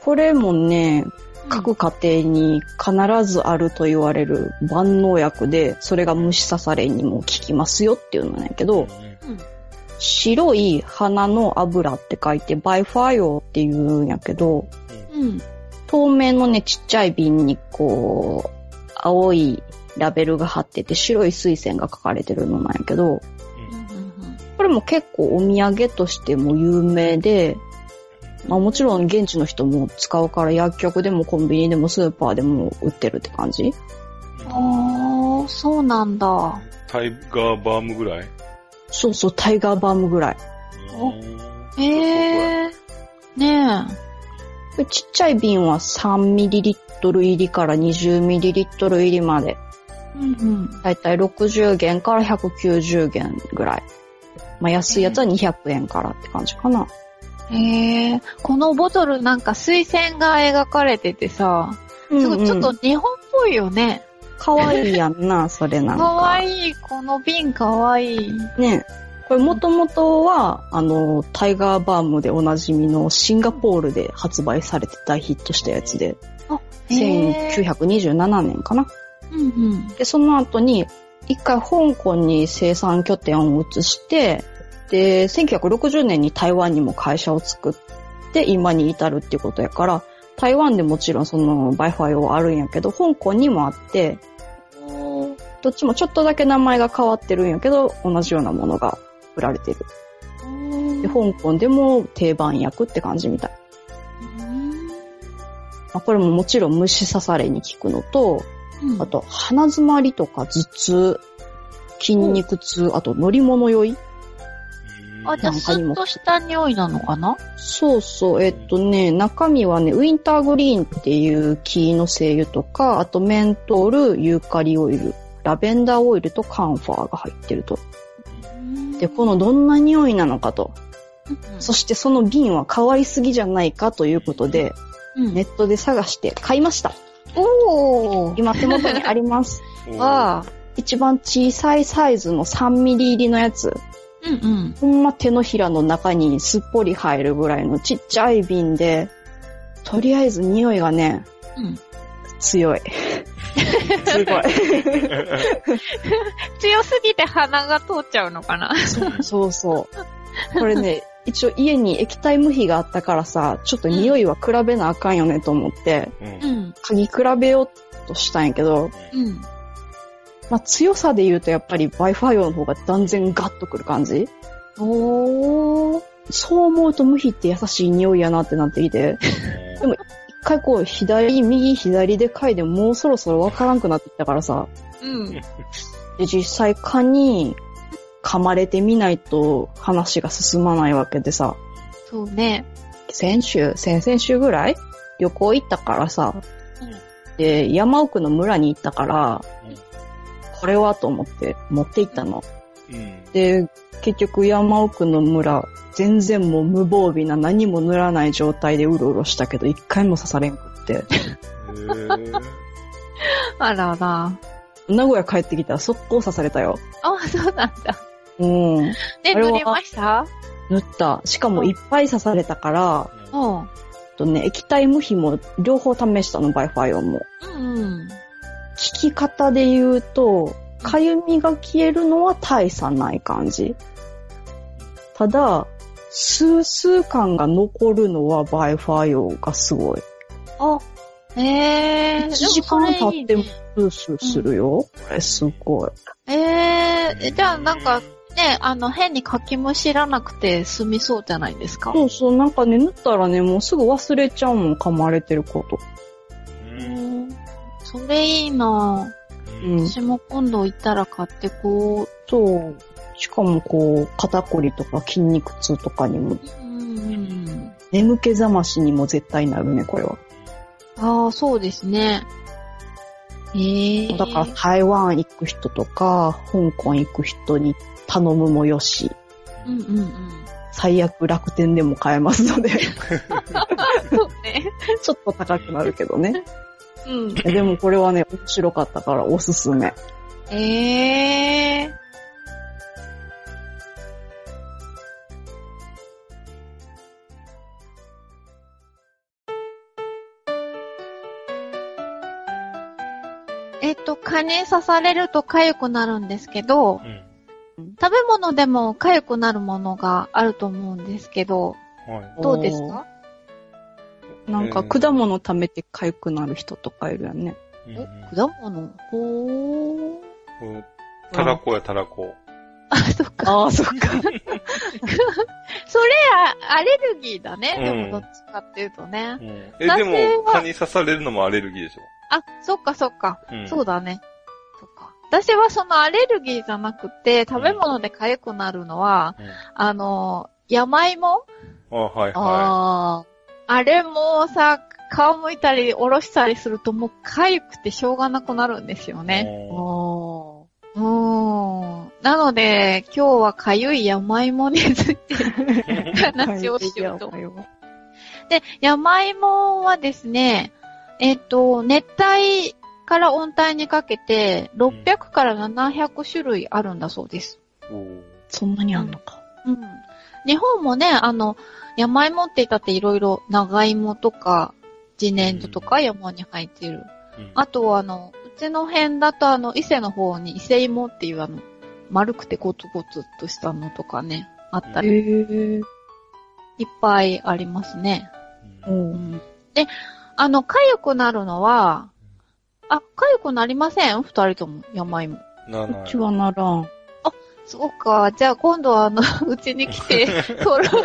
これもね、各家庭に必ずあると言われる万能薬で、それが虫刺されにも効きますよっていうのなんやけど、白い花の油って書いてバイファイオっていうんやけど、
うん。
透明のね、ちっちゃい瓶にこう、青いラベルが貼ってて、白い水仙が書かれてるのなんやけど、これも結構お土産としても有名で、まあもちろん現地の人も使うから薬局でもコンビニでもスーパーでも売ってるって感じ
あー、そうなんだ。
タイガーバームぐらい
そうそう、タイガーバームぐらい。
お
うん
えー。ね
でちっちゃい瓶は 3ml 入りから 20ml 入りまで。
え。うんうん。
だいたい60元から190元ぐらい。まあ安いやつは200円からって感じかな。
へえ、このボトルなんか水仙が描かれててさ、すごいちょっと日本っぽいよね。
可愛いやん
[LAUGHS]
な、それなんか。
かわいい、この瓶かわいい。
ね。これもともとは、あの、タイガーバームでおなじみのシンガポールで発売されて大ヒットしたやつで、
へー
1927年かな。
うんうん。
で、その後に、一回香港に生産拠点を移して、で、1960年に台湾にも会社を作って今に至るっていうことやから、台湾でもちろんその Wi-Fi はあるんやけど、香港にもあって、どっちもちょっとだけ名前が変わってるんやけど、同じようなものが売られてる。で、香港でも定番薬って感じみたい。まあ、これももちろん虫刺されに効くのと、
うん
あと鼻づまりとか頭痛、筋肉痛、あと乗り物酔い。
あ、じゃあ、スッとした匂いなのかな
そうそう、えっとね、中身はね、ウィンターグリーンっていう木の精油とか、あとメントール、ユーカリオイル、ラベンダーオイルとカンファーが入ってると。で、このどんな匂いなのかと。そしてその瓶は変わりすぎじゃないかということで、
うん
ネットで探して買いました。
おー
今手元にあり
[LAUGHS]
ます。
おー
は、一番小さいサイズの3ミリ入りのやつ。
うんうん。
ほんま手のひらの中にすっぽり入るぐらいのちっちゃい瓶で、とりあえず匂いがね、
うん
強い。すごい。
強すぎて鼻が通っちゃうのかな
そうそう。これね、一応家に液体無比があったからさ、ちょっと匂いは比べなあかんよねと思って、
うん
ん。
嗅ぎ比べようとしたんやけど、
うん。
まあ強さで言うとやっぱりバイファイオの方が断然ガッとくる感じ
おー。
そう思うと無比って優しい匂いやなってなってきて、一回こう左、右、左で嗅いでもうそろそろわからんくなってきたからさ、
うん。
で、実際蚊に噛まれてみないと話が進まないわけでさ、
そうね。
先週、先々週ぐらい旅行行ったからさ、で、山奥の村に行ったから
うん、
これはと思って持って行ったの。
うん
で、結局山奥の村、全然もう無防備な何も塗らない状態でうろうろしたけど、一回も刺されんくって。
へー
あらあら。
名古屋帰ってきたら速攻刺されたよ。
あ、そうなんだ。
うん。
で、
あれは
塗りました
塗った。しかもいっぱい刺されたから、
うん。
えっとね、液体無比も両方試したの、バイファイオンも。
うん。
効き方で言うと、かゆみが消えるのは大差ない感じ。ただ、スースー感が残るのはバイファイオンがすごい。
あ、えー。
1時間
でもそれ
経
い
っ
い
て
ね
もスースーするよ。これすごい。
えー、じゃあなんかね、あの、変に書きも知らなくて済みそうじゃないですか。
そうそう、なんかね、塗ったらね、もうすぐ忘れちゃうもん、噛まれてること。
うん
それいいなぁ
うん。
私も今度行ったら買ってこ
そう。しかもこう、肩こりとか筋肉痛とかにも、
う。うん。
眠気覚ましにも絶対なるね、これは。
ああ、そうですね。ええー。
だから台湾行く人とか、香港行く人に頼むもよし、
うんうんうん。
最悪楽天でも買えます [LAUGHS] ので、
そうね。
ちょっと高くなるけどね。
うん。
でもこれはね、面白かったからおすすめ。
ええー。えっと、蚊に刺されると痒くなるんですけど、
うん
食べ物でも痒くなるものがあると思うんですけど、
はい
どうですか
なんか果物食べて痒くなる人とかいるよね。
うん
お、果物ほー。
うんたらこやたらこ。
あ、そっか。
ああ、そっか。
[LAUGHS] それあ、アレルギーだね。で
うん
も、どっちかっていうとね。
うんえ、
男
で
性は
も、蚊に刺されるのもアレルギーでしょ
あ、そっかそっか。
うん
そうだね。そっか。私はそのアレルギーじゃなくて、食べ物で痒くなるのは、
うん
あの、山芋
あ、はいは
ああ。あれもさ、皮むいたり、おろしたりするともう痒くてしょうがなくなるんですよ
い。
ね。
お
あ
ー
うーん。なので、今日は痒い山芋について話をしようと思いますで、山芋はですね、えっ、と、熱帯から温帯にかけて、600から700種類あるんだそうです。
おー
そんなにあんのか。
うん。日本もね、あの、山芋って言ったっていろいろ長芋とか、自然薯とか山に入ってる。
うん
あとはあの、うちの辺だとあの、伊勢の方に伊勢芋っていうあの、丸くてゴツゴツっとしたのとかね、あったり。
へえ。
いっぱいありますね。
う。
うんん、で、あの、かゆくなるのは、あ、かゆくなりません二人とも、山芋。
な
こっちはならん。
そうか。じゃあ今度は、あ [LAUGHS] の、うちに来て、トロロ、釣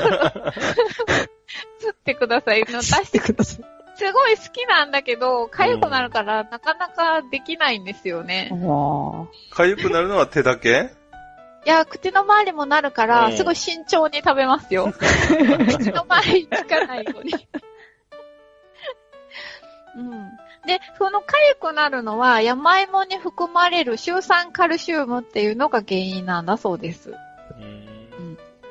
ってくださ [LAUGHS] い。の出して
ください。
すごい好きなんだけど、かゆくなるから、なかなかできないんですよね。
わ
かゆくなるのは手だけ
いや、口の周りもなるか
う
ら、
ん
すごい慎重に食べますよ。口の周りつかないように。 [LAUGHS] うん。で、その痒くなるのは、山芋に含まれるシ酸カルシウムっていうのが原因なんだそうです。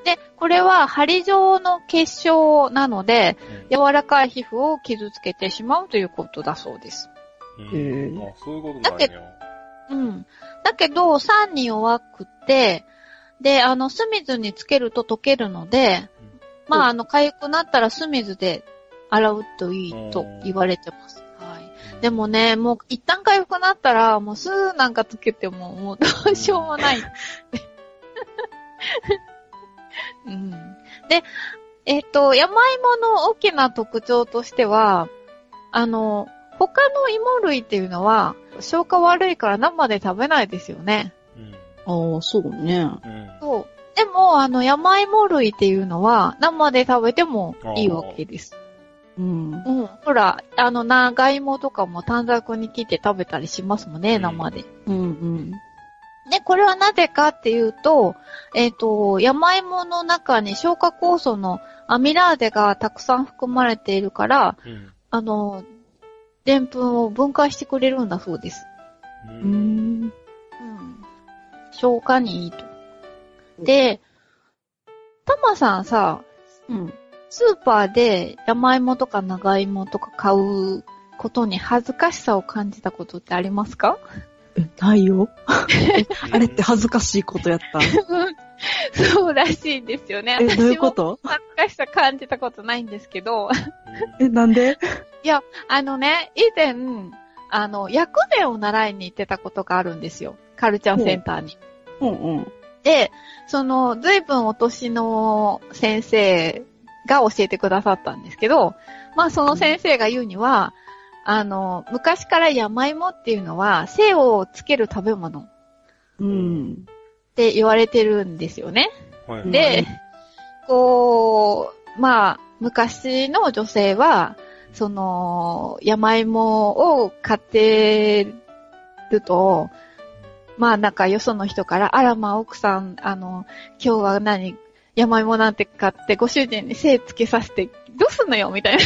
で、これは針状の結晶なので、柔らかい皮膚を傷つけてしまうということだそうです。
うん
へ
あ
ー
そういうことなん
だっ
や。
うん。だけど、酸に弱くて、で、あの、酢水につけると溶けるので、まあ、あの、痒くなったら酢水で洗うといいと言われてます。はい。でもね、もう一旦痒くなったら、もう酢なんかつけても、もうどうしようもない。うん。で、えっ、と、山芋の大きな特徴としては、あの、他の芋類っていうのは、消化悪いから生で食べないですよね。
うん
ああ、そうね。
うん
そう。でも、あの、山芋類っていうのは、生で食べてもいいわけです。
うん。
うん。ほら、あの、長芋とかも短冊に切って食べたりしますもん
う
ね、
ん
生で。
うん
で、これはなぜかっていうと、えっ、と、山芋の中に消化酵素のアミラーゼがたくさん含まれているから、
うん
あの、でんぷんを分解してくれるんだそうです。
う
うん
ん。
うん。消化にいいと。で、たまさんさ、
うん。
スーパーで山芋とか長芋とか買うことに恥ずかしさを感じたことってありますか
えないよ。あれって恥ずかしいことや
[LAUGHS]
った。
[LAUGHS] そうらしいんですよね。
え、どういうこ
私も
と
恥ずかしさ感じたことないんですけど、
え、なんで
[LAUGHS] あのね、以前、あの、薬膳を習いに行ってたことがあるんですよ。カルチャーセンターに。
うんうん。
で、その、随分お年の先生が教えてくださったんですけど、まあその先生が言うには、あの、昔から山芋っていうのは、精をつける食べ物っ
うん。
て言われてるんですよね。
はい
うん
で、こう、まあ、昔の女性は、その、山芋を買ってると、まあなんかよその人から、あらまあ奥さん、あの、今日は何、山芋なんて買ってご主人に精つけさせて、どうすんのよみたいな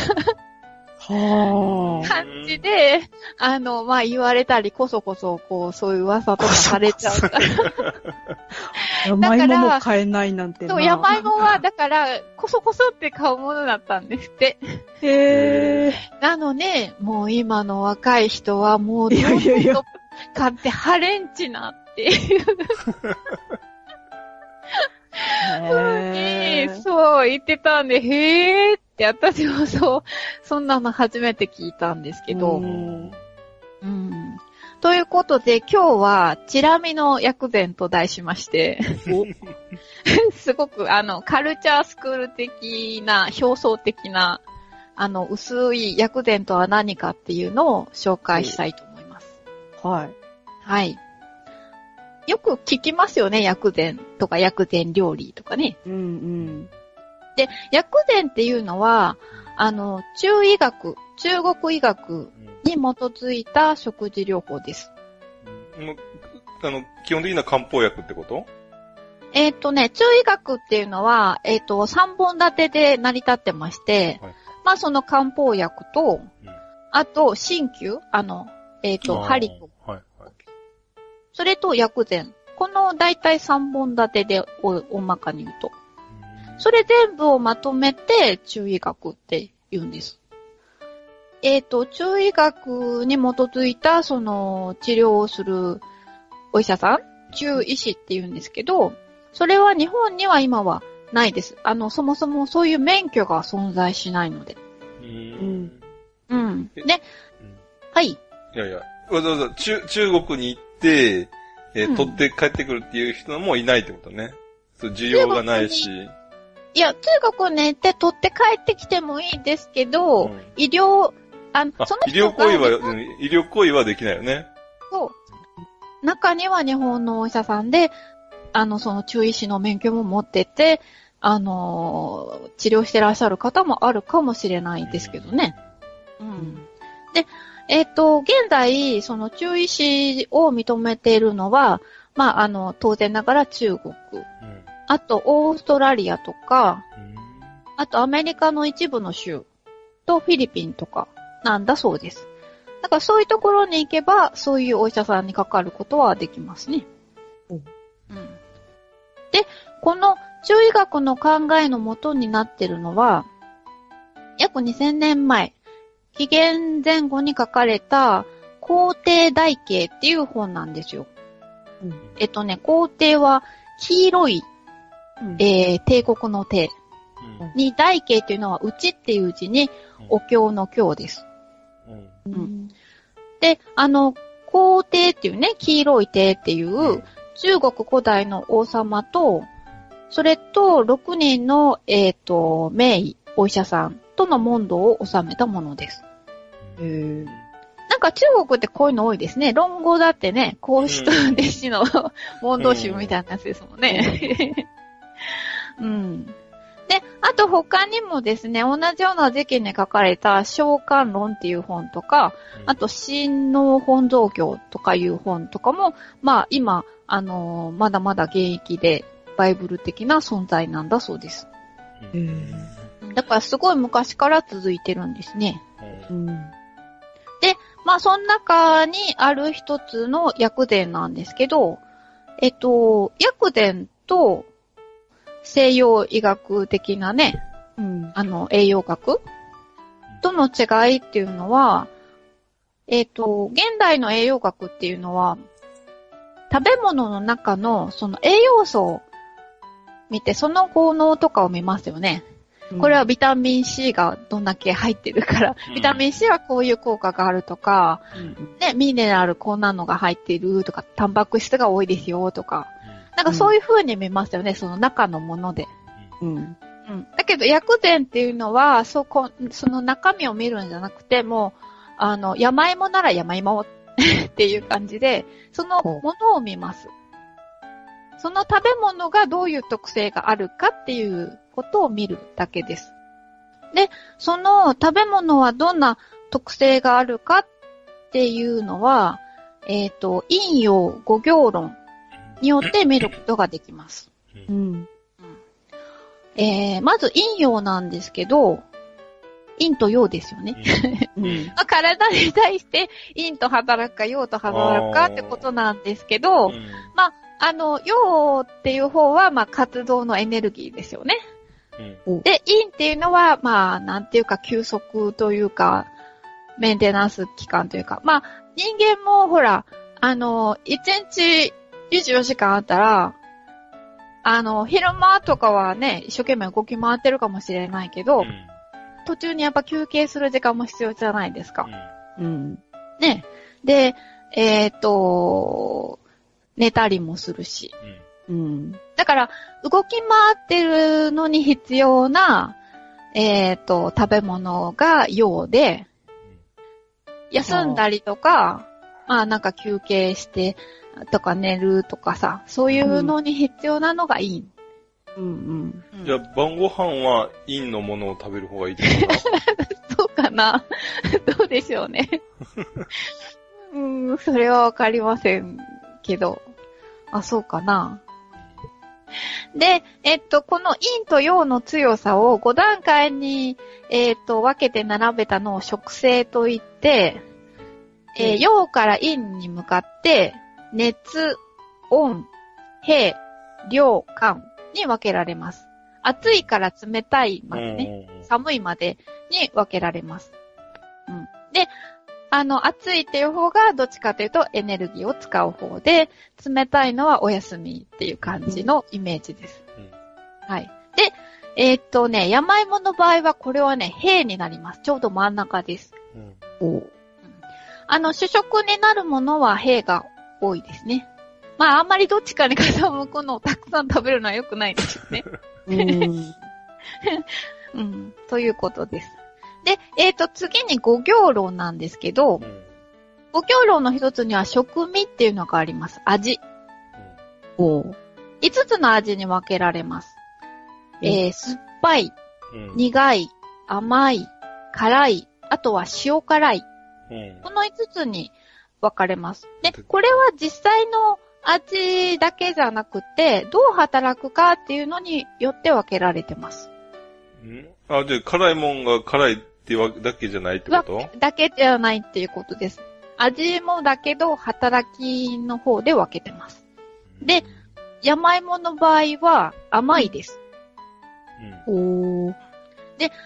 はあ。
感じで、あの、まあ言われたり、こそこそ、こ
[LAUGHS]
う、そういう噂とかされちゃうから
山芋も買えないなんてな。
そう、山芋は、だから、こそこそって買うものだったんですって。
へえ。
なので、もう今の若い人はもうどんどん
いやいやいや
買ってハレンチなっていう [LAUGHS]
へ
ふうに、そう言ってたんで、へーって私もそう、そんなの初めて聞いたんですけ
う
ど。
ん
うん。ということで、今日は、チラミの薬膳と題しまして、 [LAUGHS] すごく、あの、カルチャースクール的な、表層的な、あの、薄い薬膳とは何かっていうのを紹介したいと思います。
はい。
はい。よく聞きますよね、薬膳とか薬膳料理とかね。
うんうん。
で、薬膳っていうのは、あの、中医学、中国医学に基づいた食事療法です。
うんもうあの、基本的な漢方薬ってこと
えっ、とね、中医学っていうのは、えっ、と、三本立てで成り立ってまして、
はい
まあその漢方薬と、あと、鍼灸、あの、えっ、と、
あー
針と、
はいはい
それと薬膳。この大体三本立てでお、おまかに言うと。それ全部をまとめて中医学って言うんです。えっ、と、中医学に基づいた、その、治療をするお医者さん、中医師って言うんですけど、それは日本には今はないです。あの、そもそもそういう免許が存在しないので。
うん
ん
うん。
え
ね
うん。
はい。
いやいや、わざわざ中中国に行って、えー
うん
取って帰ってくるっていう人もいないってことね。そう需要がないし。
いや、中学に行って取って帰ってきてもいいですけど、
うん
医療、あの
あ
その
医療
人
行為は、
が
うん医療行為はできないよね。
そう中には日本のお医者さんで、あの、その中医師の免許も持ってて、あのー治療してらっしゃる方もあるかもしれないですけどね。うん。で、えっ、と、現在、その中医師を認めているのは、まあ、あの、当然ながら中国、
うん
あとオーストラリアとか、
うん
あとアメリカの一部の州とフィリピンとかなんだそうです。だからそういうところに行けば、そういうお医者さんにかかることはできますね。
う
うんん。で、この中医学の考えの元になってるのは、約2000年前、紀元前後に書かれた、皇帝台形っていう本なんですよ。
うん
えっとね、皇帝は黄色い、えー、帝国の帝。
うん
に、大慶というのは、うちっていう字に、お経の経です。
うん
うん
で、あの、皇帝っていうね、黄色い帝っていうう、中国古代の王様と、それと、6人の、えっ、と、名医、お医者さんとの問答を収めたものです。
えー
なんか中国ってこういうの多いですね。論語だってね、孔子と弟子の問答集みたいなやつですもんね。うん。で、あと他にもですね、同じような時期に書かれた召喚論っていう本とか、あと神農本草経とかいう本とかも、まあ今、あのーまだまだ現役でバイブル的な存在なんだそうです。
うんうん
だからすごい昔から続いてるんですね。
うん
まあ、その中にある一つの薬膳なんですけど、えっと、薬膳と西洋医学的なね、
うん
あの、栄養学との違いっていうのは、えっと、現代の栄養学っていうのは、食べ物の中のその栄養素を見て、その効能とかを見ますよね。これは、ビタミン C がどんだけ入ってるから
うん、
ビタミン C はこういう効果があるとか、
うん
ね、ミネラルこんなのが入ってるとか、タンパク質が多いですよとか、なんかそういう風に見ますよね、その中のもので。
うん
うん。だけど、薬膳っていうのは、そこ、その中身を見るんじゃなくて、もう、あの、山芋なら山芋を [LAUGHS] っていう感じで、その
ほう
ものを見ます。その食べ物がどういう特性があるかっていうことを見るだけです。で、その食べ物はどんな特性があるかっていうのは、えっ、と、陰陽五行論によって見ることができます。
うん
えー、まず陰陽なんですけど、陰と陽ですよね。
うん
まあ体に対して陰と働くか陽と働くかってことなんですけど、あの、陽っていう方は、まあ、活動のエネルギーですよね。で、陰っていうのは、まあ、なんていうか、休息というか、メンテナンス期間というか、まあ、人間も、ほら、あの、1日24時間あったら、あの、昼間とかはね、一生懸命動き回ってるかもしれないけど、途中にやっぱ休憩する時間も必要じゃないですか。
うん
ね。で、えっ、と、寝たりもするし。
うん
だから、動き回ってるのに必要な、えっ、と、食べ物が用で、休んだりとか、まあなんか休憩して、とか寝るとかさ、そういうのに必要なのがいい。
うん
うん
じゃあ、晩ご飯は、陰のものを食べる方がいいですか
そうかな [LAUGHS] どうでしょうね。うーん、それはわかりませんけど。あ、そうかな。で、えっと、この陰と陽の強さを5段階に、えっと、分けて並べたのを食性と言って、えー陽から陰に向かって、熱、温、平、涼、寒に分けられます。暑いから冷たいまでね。寒いまでに分けられます。うん。で、あの、暑いっていう方がどっちかというとエネルギーを使う方で、冷たいのはお休みっていう感じのイメージです。
うん
はい。で、えーっとね、山芋の場合はこれはね、平になります。ちょうど真ん中です。
うん
お
あの、主食になるものは平が多いですね。 [LAUGHS] まあ、あんまりどっちかに傾くのをたくさん食べるのは良くないですね。
うん
うん、ということです。で、えっ、と、次に五行論なんですけど、五行論の一つには食味っていうのがあります。味。
おー
五つの味に分けられます。
うん
えー、酸っぱい、
うん。
苦い、甘い、辛い、あとは塩辛い。
うん
この5つに分かれます。で、これは実際の味だけじゃなくて、どう働くかっていうのによって分けられてます。
うん。あ、じゃあ辛いもんが辛いってわけだけじゃないってこ
わ
と
だけじゃないっていうことです。味もだけど、働きの方で分けてます。で、山芋の場合は甘いです。
おー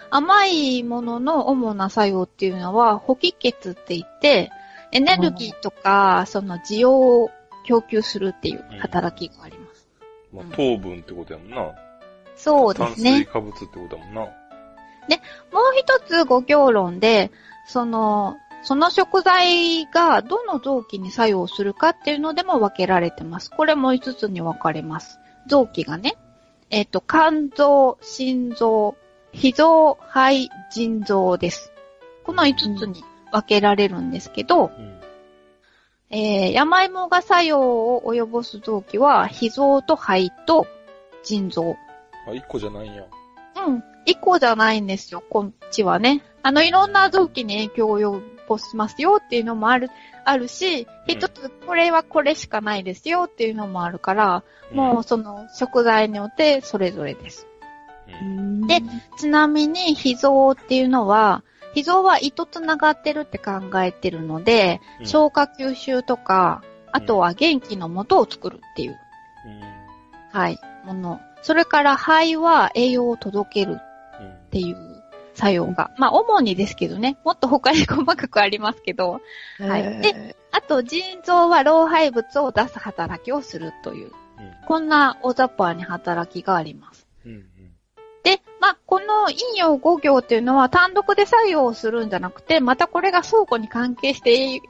甘いものの主な作用っていうのは、補気血って言って、エネルギーとか、その需要を供給するっていう働きがあります。
うん。まあ、糖分ってことやもんな。
そうで
炭
す
水
ね。
化物ってことやもんな。
もう一つ五行論で、その、その食材がどの臓器に作用するかっていうのでも分けられてます。これも5つに分かれます。臓器がね。えっ、と、肝臓、心臓、脾臓、肺、腎臓です。この5つに分けられるんですけ
う
ど、
ん。
えー、山芋が作用を及ぼす臓器は、脾臓と肺と腎臓。
あ、一個じゃないんや。
うん。一個じゃないんですよ、こっちはね。あの、いろんな臓器に影響を及ぼしますよっていうのもある、あるし、
うん
一つ、これはこれしかないですよっていうのもあるから、もうその食材によってそれぞれです。
うん。
で、ちなみに、脾臓っていうのは、脾臓は胃と繋がってるって考えてるので、
うん
消化吸収とか、あとは元気の元を作るっていう、はい、もの。それから肺は栄養を届ける
うん。うん
っていう作用が。まあ、主にですけどね。もっと他に細かくありますけど。はい
で、
あと、腎臓は老廃物を出す働きをするという。こんな大雑把に働きがあります。
うん。うん。
で、まあ、この陰陽五行っていうのは単独で作用をするんじゃなくて、またこれが相互に関係して影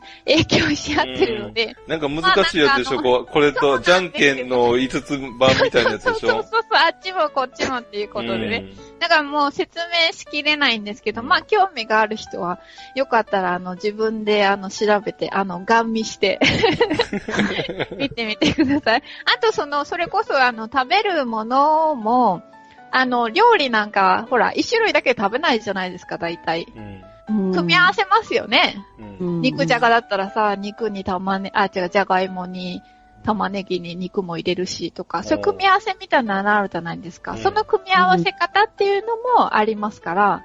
影響し合ってるので。
なんか難しいやつでしょ、
まあ
こうこれ
そう
と、
なん
じ
です
ゃ
よ
んけんの5つ版みたいなやつ
そう
でし
[LAUGHS] そうそ
ょ
うそう、あっちもこっちもっていうことでね。だからもう説明しきれないんですけど、
うん
まあ興味がある人は、よかったらあの自分であの調べて、あの、ガン見して、 [LAUGHS] 見てみてください。あとその、それこそあの、食べるものも、あの、料理なんか、ほら、一種類だけ食べないじゃないですか、大体。
うん。
組
組み合わせますよね。
うん。うん。
肉じゃが
だ。
だったらさ、肉に玉ね、あ、違う、じゃがいもに、玉ねぎに肉も入れるしとか、そういう組み合わせみたいなのあるじゃないです
う
か。
ん
その組み合わせ方っていうのもありますから、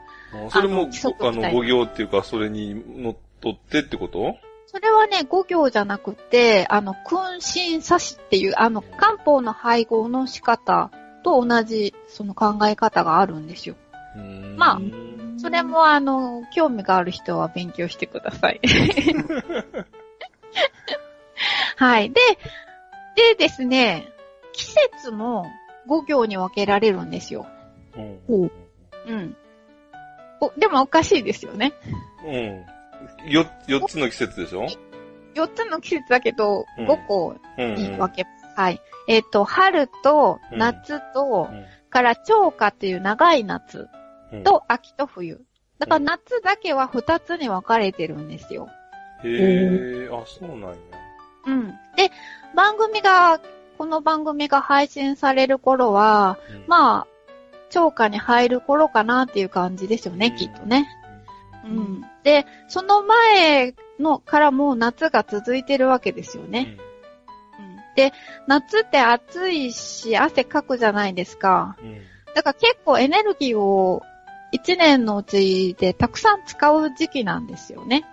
それも、
あの規則み
あ
たいな
の、五行っていうか、それに乗っ取ってってこと
それはね、五行じゃなくて、あの、君臣差しっていう、あの、漢方の配合の仕方と同じ、その考え方があるんですよ。まあ
うん
それも、あの、興味がある人は勉強してくだ
[LAUGHS]
さい。はい。で、でですね、季節も五行に分けられるんですよ。
うん。
お
うん。お、でもおかしいですよね。
うん。よ、4つの季節でしょ
四つの季節だけど
う、ん
五個
うん。
に分けます。はい。えっ、と、春と
うん
夏と、
うん
から長夏っていう長い夏
うん
と秋と冬。だから夏だけは二つに分かれてるんですよ。
へえ、あ、そうなんや。
うん。で、番組が、この番組が配信される頃は、まあ、長夏に入る頃かなっていう感じですよね、きっとね。う
うん
ん。で、その前のからもう夏が続いてるわけですよね。うんで、夏って暑いし、汗かくじゃないですか。
うん。うん。
だから結構エネルギーを一年のうちでたくさん使う時期なんですよね。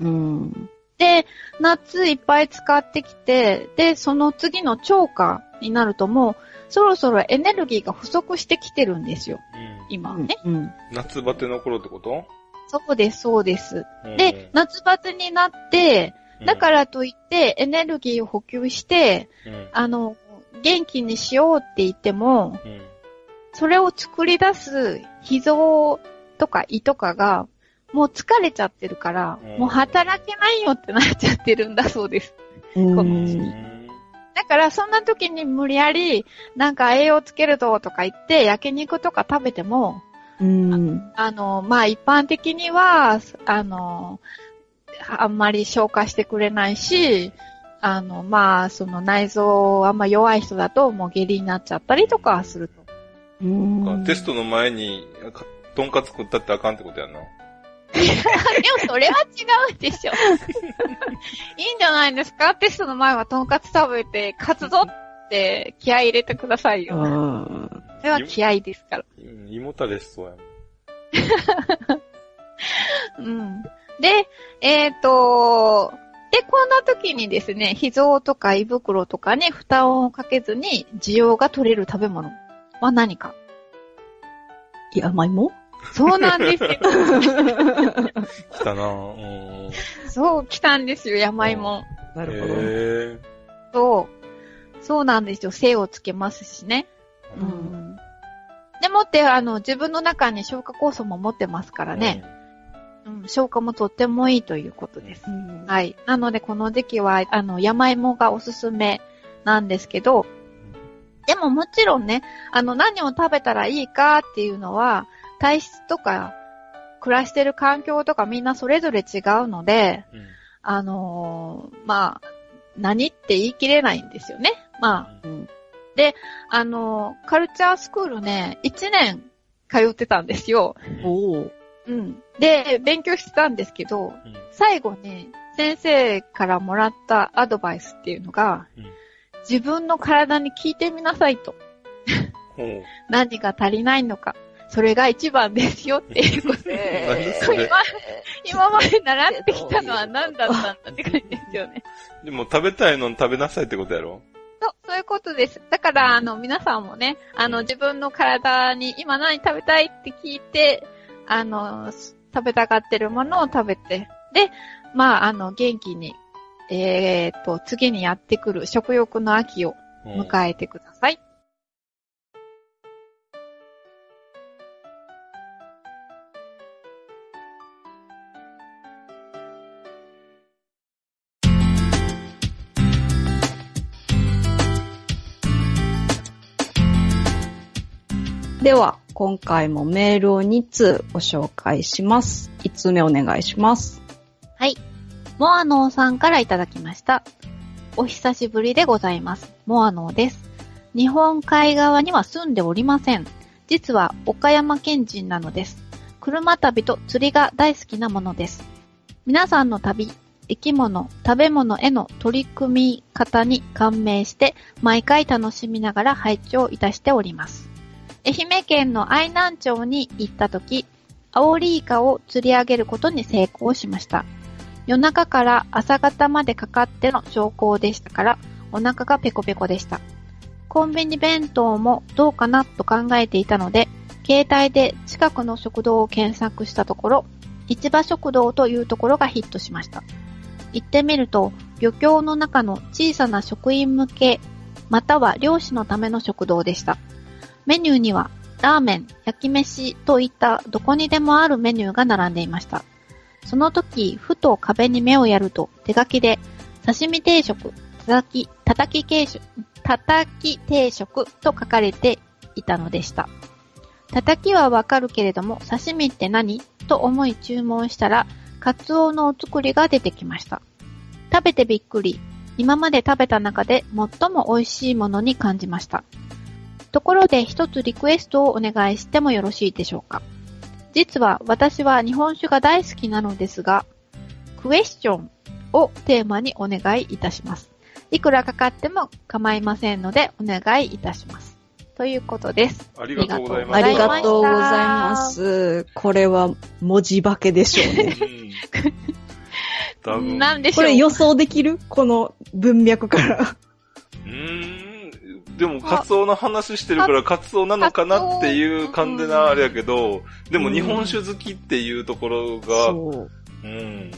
うん。
で、夏いっぱい使ってきて、で、その次の超過になるともう、そろそろエネルギーが不足してきてるんですよ、
うん
今はね。
うん。
夏バテの頃ってこと
そうです、そうです。
うん、
で、夏バテになって、だかららといってエネルギーを補給して、
うん
あの、元気にしようって言っても、
うん
それを作り出す脾臓とか胃とかが、もう疲れちゃってるから
うん、
もう働けないよってなっちゃってるんだそうです。
うん
こ
う
の
ん
時期だから、そんな時に無理やり、なんか栄養つけるぞとか言って、焼肉とか食べても、
うん。
あの、まあ、一般的には、あの、あんまり消化してくれないし、あの、まあ、その内臓あんま弱い人だと、もう下痢になっちゃったりとかすると。
うん。
テストの前に、かとんかつ食ったってあかんってことやんな。
[LAUGHS] でもそれは違うで
[LAUGHS]
しょ。いいんじゃないですかテストの前はとんかつ食べて、勝つぞって気合い入れてくださいよ。
うん
それは気合いですから。
うん胃もたれしそうやもん。
うん。で、えっ、と、で、こんな時にですね、脾臓とか胃袋とかに負担をかけずに需要が取れる食べ物は何か。
いや、甘いも
そうなんで
[LAUGHS]
すよ。
来たなぁ。
そう来たんですよ、山芋。
な
へ
る
え
そう。そうなんですよ、精をつけますしね。
ほど。うん。
でもって、あの、自分の中に消化酵素も持ってますからね、。うん消化もとってもいいということです。
うん
はい。なので、この時期は、あの、山芋がおすすめなんですけど、でももちろんね、あの、何を食べたらいいかっていうのは、体質とか、暮らしてる環境とかみんなそれぞれ違うので、
うんうん
あのーまあ、何って言い切れないんですよね。ま
う
あ、
ん
あのーカルチャースクールね、1年通ってたんですよ。
おー
うん。で、勉強してたんですけど、
うん
最後に先生からもらったアドバイスっていうのが、
うん
自分の体に聞いてみなさいと。
ほう。。
何が足りないのか。それが一番ですよっていうことで
何それ
今今まで習ってきたのは何だったんだって感じですよね。
でも食べたいの食べなさいってことやろ
そう、そういうことです。だから、あの、皆さんもね、あの、自分の体に今何食べたいって聞いて、あの、す食べたがってるものを食べて、で、まあ、あの、元気に、えー、っと、次にやってくる食欲の秋を
うん
迎えてください。
[LAUGHS] では、今回もメールを2通ご紹介します。1通目お願いします。
モアノーさんからいただきました。お久しぶりでございます。モアノーです。日本海側には住んでおりません。実は岡山県人なのです。車旅と釣りが大好きなものです。皆さんの旅、生き物、食べ物への取り組み方に感銘して、毎回楽しみながら拝聴いたしております。愛媛県の愛南町に行った時、アオリイカを釣り上げることに成功しました。夜中から朝方までかかっての昇降でしたから、お腹がペコペコでした。コンビニ弁当もどうかなと考えていたので、携帯で近くの食堂を検索したところ、市場食堂というところがヒットしました。行ってみると、漁協の中の小さな職員向け、または漁師のための食堂でした。メニューには、ラーメン、焼き飯といったどこにでもあるメニューが並んでいました。その時、ふと壁に目をやると、手書きで、刺身定食、たたき、たたき定食、たたき定食と書かれていたのでした。たたきはわかるけれども、刺身って何と思い注文したら、カツオのお作りが出てきました。食べてびっくり。今まで食べた中で最も美味しいものに感じました。ところで一つリクエストをお願いしてもよろしいでしょうか実は私は日本酒が大好きなのですが、クエスチョンをテーマにお願いいたします。いくらかかっても構いませんのでお願いいたします。ということです。
ありがとうございます。
あ
あ
り
り
が
が
と
と
う
う
ご
ご
ざ
ざ
い
い
ま。
ます
これは文字化けでしょう
[LAUGHS]
ね。
うん多分。
なんでしょ
こ
う
れ予想できるこの文脈から。
うーん。でも、カツオの話してるから、カツオなのかなっていう感じなあれやけど、でも日本酒好きっていうところが、
そう。
うん。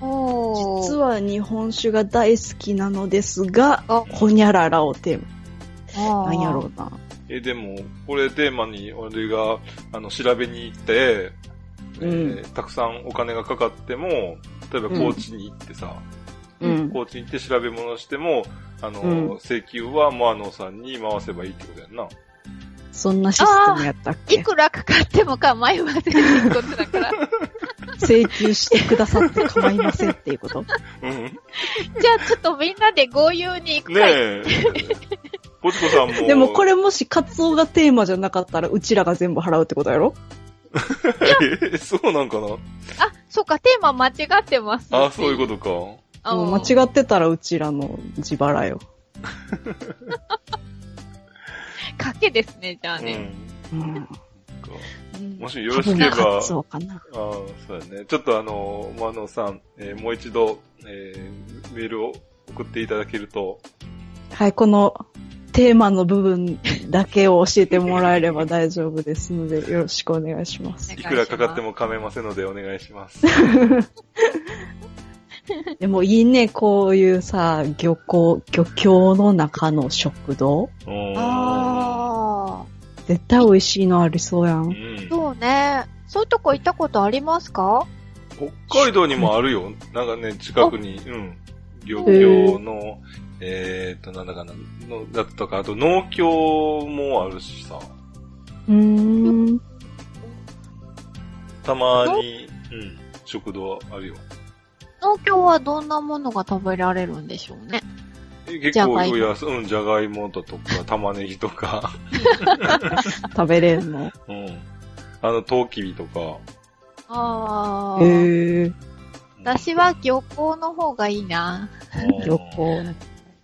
おー
実は日本酒が大好きなのですが、
あ
ほにゃららをテーマ。
な
なんやろうな。
え、でも、これテーマに俺が、あの、調べに行って、えーたくさんお金がかかっても、例えば高知に行ってさ、
うん。
高知に行って調べ物しても、あの、
うん
請求はモアノさんに回せばいいってことやんな。
そんなシステムやったっ
い
け
くらかかっても構いませんっていうこと
[LAUGHS]
だから。
[LAUGHS] 請求してくださって構いませんっていうこと
[LAUGHS] うん。
じゃあちょっとみんなで豪遊に行く
ね
かい。
え。 [LAUGHS] ポチコさんも。
でもこれもしカツオがテーマじゃなかったらうちらが全部払うってことやろ
え [LAUGHS] そうなんかな
あ、そうか、テーマ間違ってます。
あ、そういうことか。
あ
もう間違ってたらうちらの自腹よ。
賭けですね、じゃあ
うん
ね。
うん。
そっか
うん
もしよろしければ
株なカツオかな。
ああ、そうやね。ちょっとあの、マノさん、えーもう一度、えーメールを送っていただけると、
はい、このテーマの部分だけを教えてもらえれば大丈夫ですので、よろしくお願いします。
いくらかかっても構いませんのでお願いします。
でもいいね、こういうさ、漁港、漁協の中の食堂。
うーん
あ
絶対美味しいのありそうや。
うん
あ。
ん
そうね。そういうとこ行ったことありますか
北海道にもあるよ。なんかね、近くに、うん。漁協の、えーっと、なんだかな、のだとか、あと農協もあるしさ、
うーん。
たまに、うん、食堂あるよ。
農協はどんなものが食べられるんでしょうね。
え結
じゃが
構
いも
やす、うん、じゃがいもだとか、玉ねぎとか、
食べれんの。
[LAUGHS] うん。あの、トウキビとか。
ああ。
へえ。
私は漁港の方がいいな。
うん、
漁港。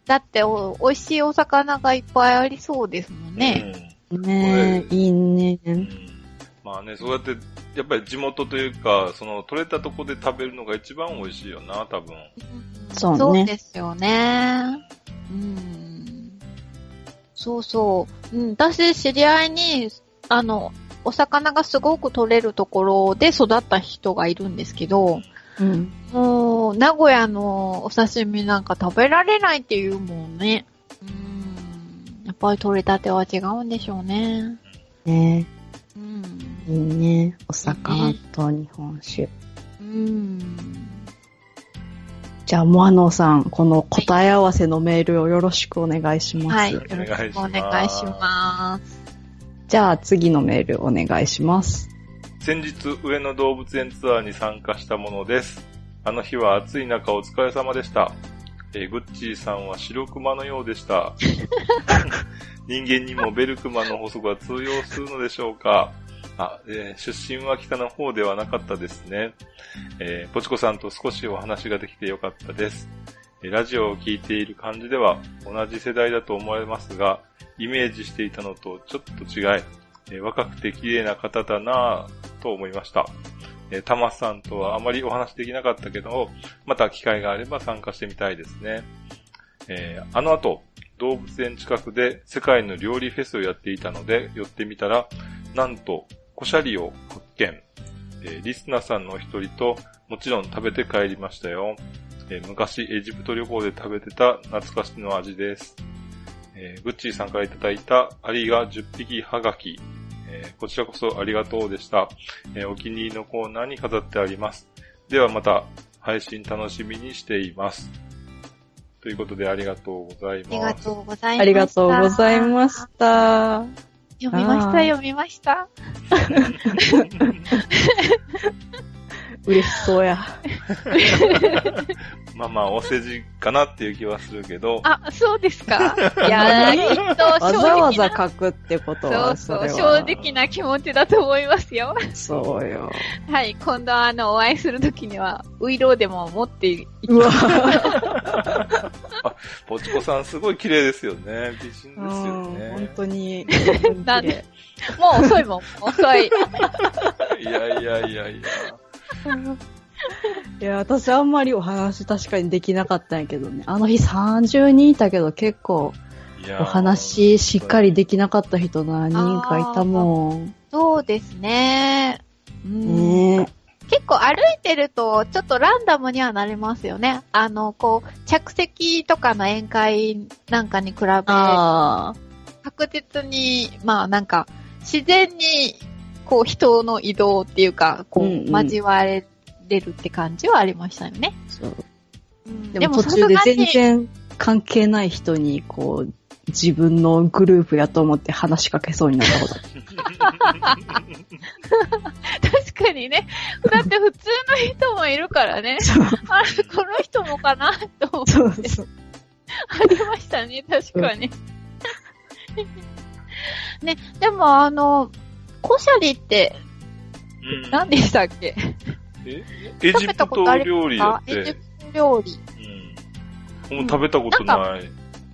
だってお、美味しいお魚がいっぱいありそうですもんね。
ねえ、いいね。
うん。うんまあね、そうやって、やっぱり地元というか、その、取れたとこで食べるのが一番美味しいよな、多分。
そうね
ですよね。うん。そうそう。うん、私、知り合いに、あの、お魚がすごく取れるところで育った人がいるんですけど、
うん。
もう、名古屋のお刺身なんか食べられないっていうもんね。うん。やっぱり取れたては違うんでしょうね。
ね
うん。
え、いいね。お魚と日本酒。
うん。
じゃあ、モアノさん、この答え合わせのメールをよろしくお願いします。
はい。よ
お願
ろ
い
し
します
くお願いします。
じゃあ、次のメールお願いします。
先日、上野動物園ツアーに参加したものです。あの日は暑い中お疲れ様でした。えーグッチーさんは白熊のようでした。人間にもベルクマの法則は通用するのでしょうかあ、えー出身は北の方ではなかったですね。えーポチコさんと少しお話ができてよかったです。えーラジオを聞いている感じでは同じ世代だと思われますが、イメージしていたのとちょっと違い、えー若くて綺麗な方だなぁと思いました。えー、タマスさんとはあまりお話できなかったけど、また機会があれば参加してみたいですね。えーあの後、動物園近くで世界の料理フェスをやっていたので、寄ってみたら、なんと、コシャリを発見。えーリスナーさんのお一人と、もちろん食べて帰りましたよ。えー昔エジプト旅行で食べてた懐かしの味です。えーグッチーさんからいただいたアリが10匹はがき。えーこちらこそありがとうでした。えーお気に入りのコーナーに飾ってあります。ではまた配信楽しみにしています。ということでありがとうござい
ありが
ます。
とうございました。
ありがとうございました。
読みまし
あ
た、
ー
読みました。
嬉しそうや。
まあまあ、お世辞かなっていう気はするけど、
あ、そうで
[LAUGHS]
すか。いやー、きっと
わざ
正直
わ
な
ざ書くってこと
そ
は、
うそ、
そうれ
正
は。
直な気持ちだと思いますよ。 [LAUGHS]
そうよ。
はい、今度あの、お会いするときには、ウイローでも持っていき
う
ま
わ
す。
ポチコさんすごい綺麗ですよね。
う
美人で
ん
すよ
本
ね。
当に。
なんでもう遅いもん、遅い。
いやいやいやいや。
いや、私あんまりお話確かにできなかったんやけどね。あの日30人いたけど結構
いや
お話しっかりできなかった人何人かいたもん。
そうですね。うん
ね
結構歩いてると、ちょっとランダムにはなりますよね。あの、こう、着席とかの宴会なんかに比べ、
ああ。
確実に、まあなんか、自然に、こう、人の移動っていうか、こ
うんう
う、
ん
交われるって感じはありましたよね。
そう
うん
でも途中で全然関係ない人に、こう、自分のグループやと思って話しかけそうになった [LAUGHS] こと。
[LAUGHS] 確かにね。だって普通の人もいるからね。あれ、この人もかなと思
そうそうそう。
ありましたね、確かに。 [LAUGHS] ね、でもあの、コシャリって
うん
何でしたっけ
えエジプト料理だ
あ
っ
エジ
て
プ。ト料理。
うん。もう食べたことない。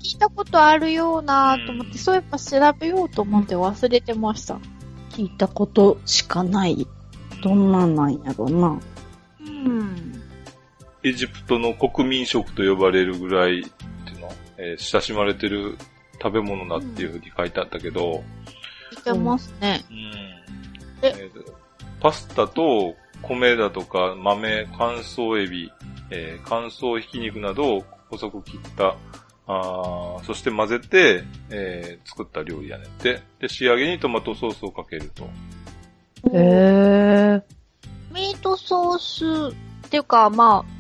聞いたことあるようなと思って、
うん
そういえば調べようと思って忘れてました。
聞いたことしかない。どんなんなんやろうな。
うん。
エジプトの国民食と呼ばれるぐらい、っていうの、えー親しまれてる食べ物だっていうふうに書いてあったけど、
聞いてますね。
うん。
え
ーパスタと米だとか豆、乾燥エビ、えー乾燥ひき肉などを細く切った、あーそして混ぜて、えー作った料理やねんって。で、仕上げにトマトソースをかけると。
へえ。
ミートソースっていうか、まあ、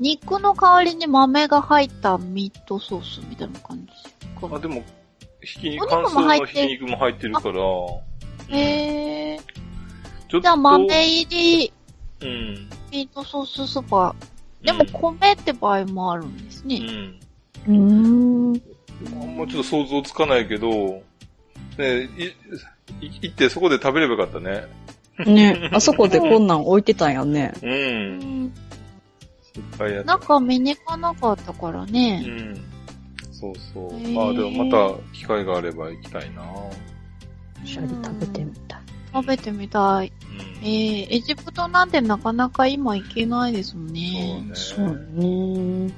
肉の代わりに豆が入ったミートソースみたいな感じか
あ、
な。
でも、ひき肉、
お肉
乾
も
燥
入
の
っ
ひ
て
き肉も入ってるから、
へえ。
ちょっ
じゃあ豆入り
うん。
ミートソースそば。でも米って場合もあるんです
う
ね。
ん。
うーん。
うん。もうちょっと想像つかないけど、ねい、い行ってそこで食べればよかったね。
ね、あそこでこんなん置いてたんやね。
う。
うん
い
ん。
っぱいやった
なんか見に行かなかったから
う
ね。
ん。そうそう。
へー
まあでもまた機会があれば行きたいな。
シャリ食べてみたい。
食べてみた
う
い。
ん。
えー、エジプトなんてなかなか今行けないですもん
そう
ね。
ね。
そうね。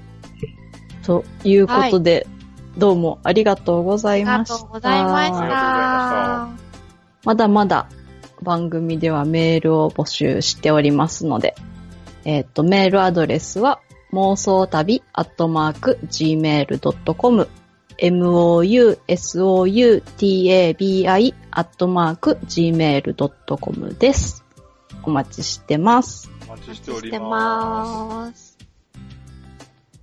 ということで、どうもありがとうござ
あり
い
が
ました。
とうございまし
あり
た
が。
まだまだ番組ではメールを募集しておりますので、えっ、と、メールアドレスは、妄想旅アットマーク gmail.com、mousoutabi アットマーク gmail.com です。お待ちしてます。
お待
お
ち
待
し
ち
てお
し
り
て
ま
ます。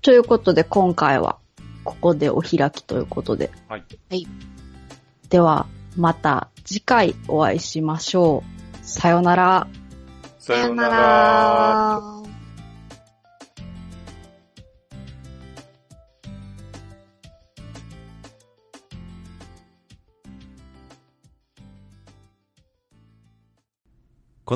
ということで、今回はここでお開きということで、
す。はい。
ではまた次回お会いしましょう。さよなら。
さようなら。
さようなら。
こ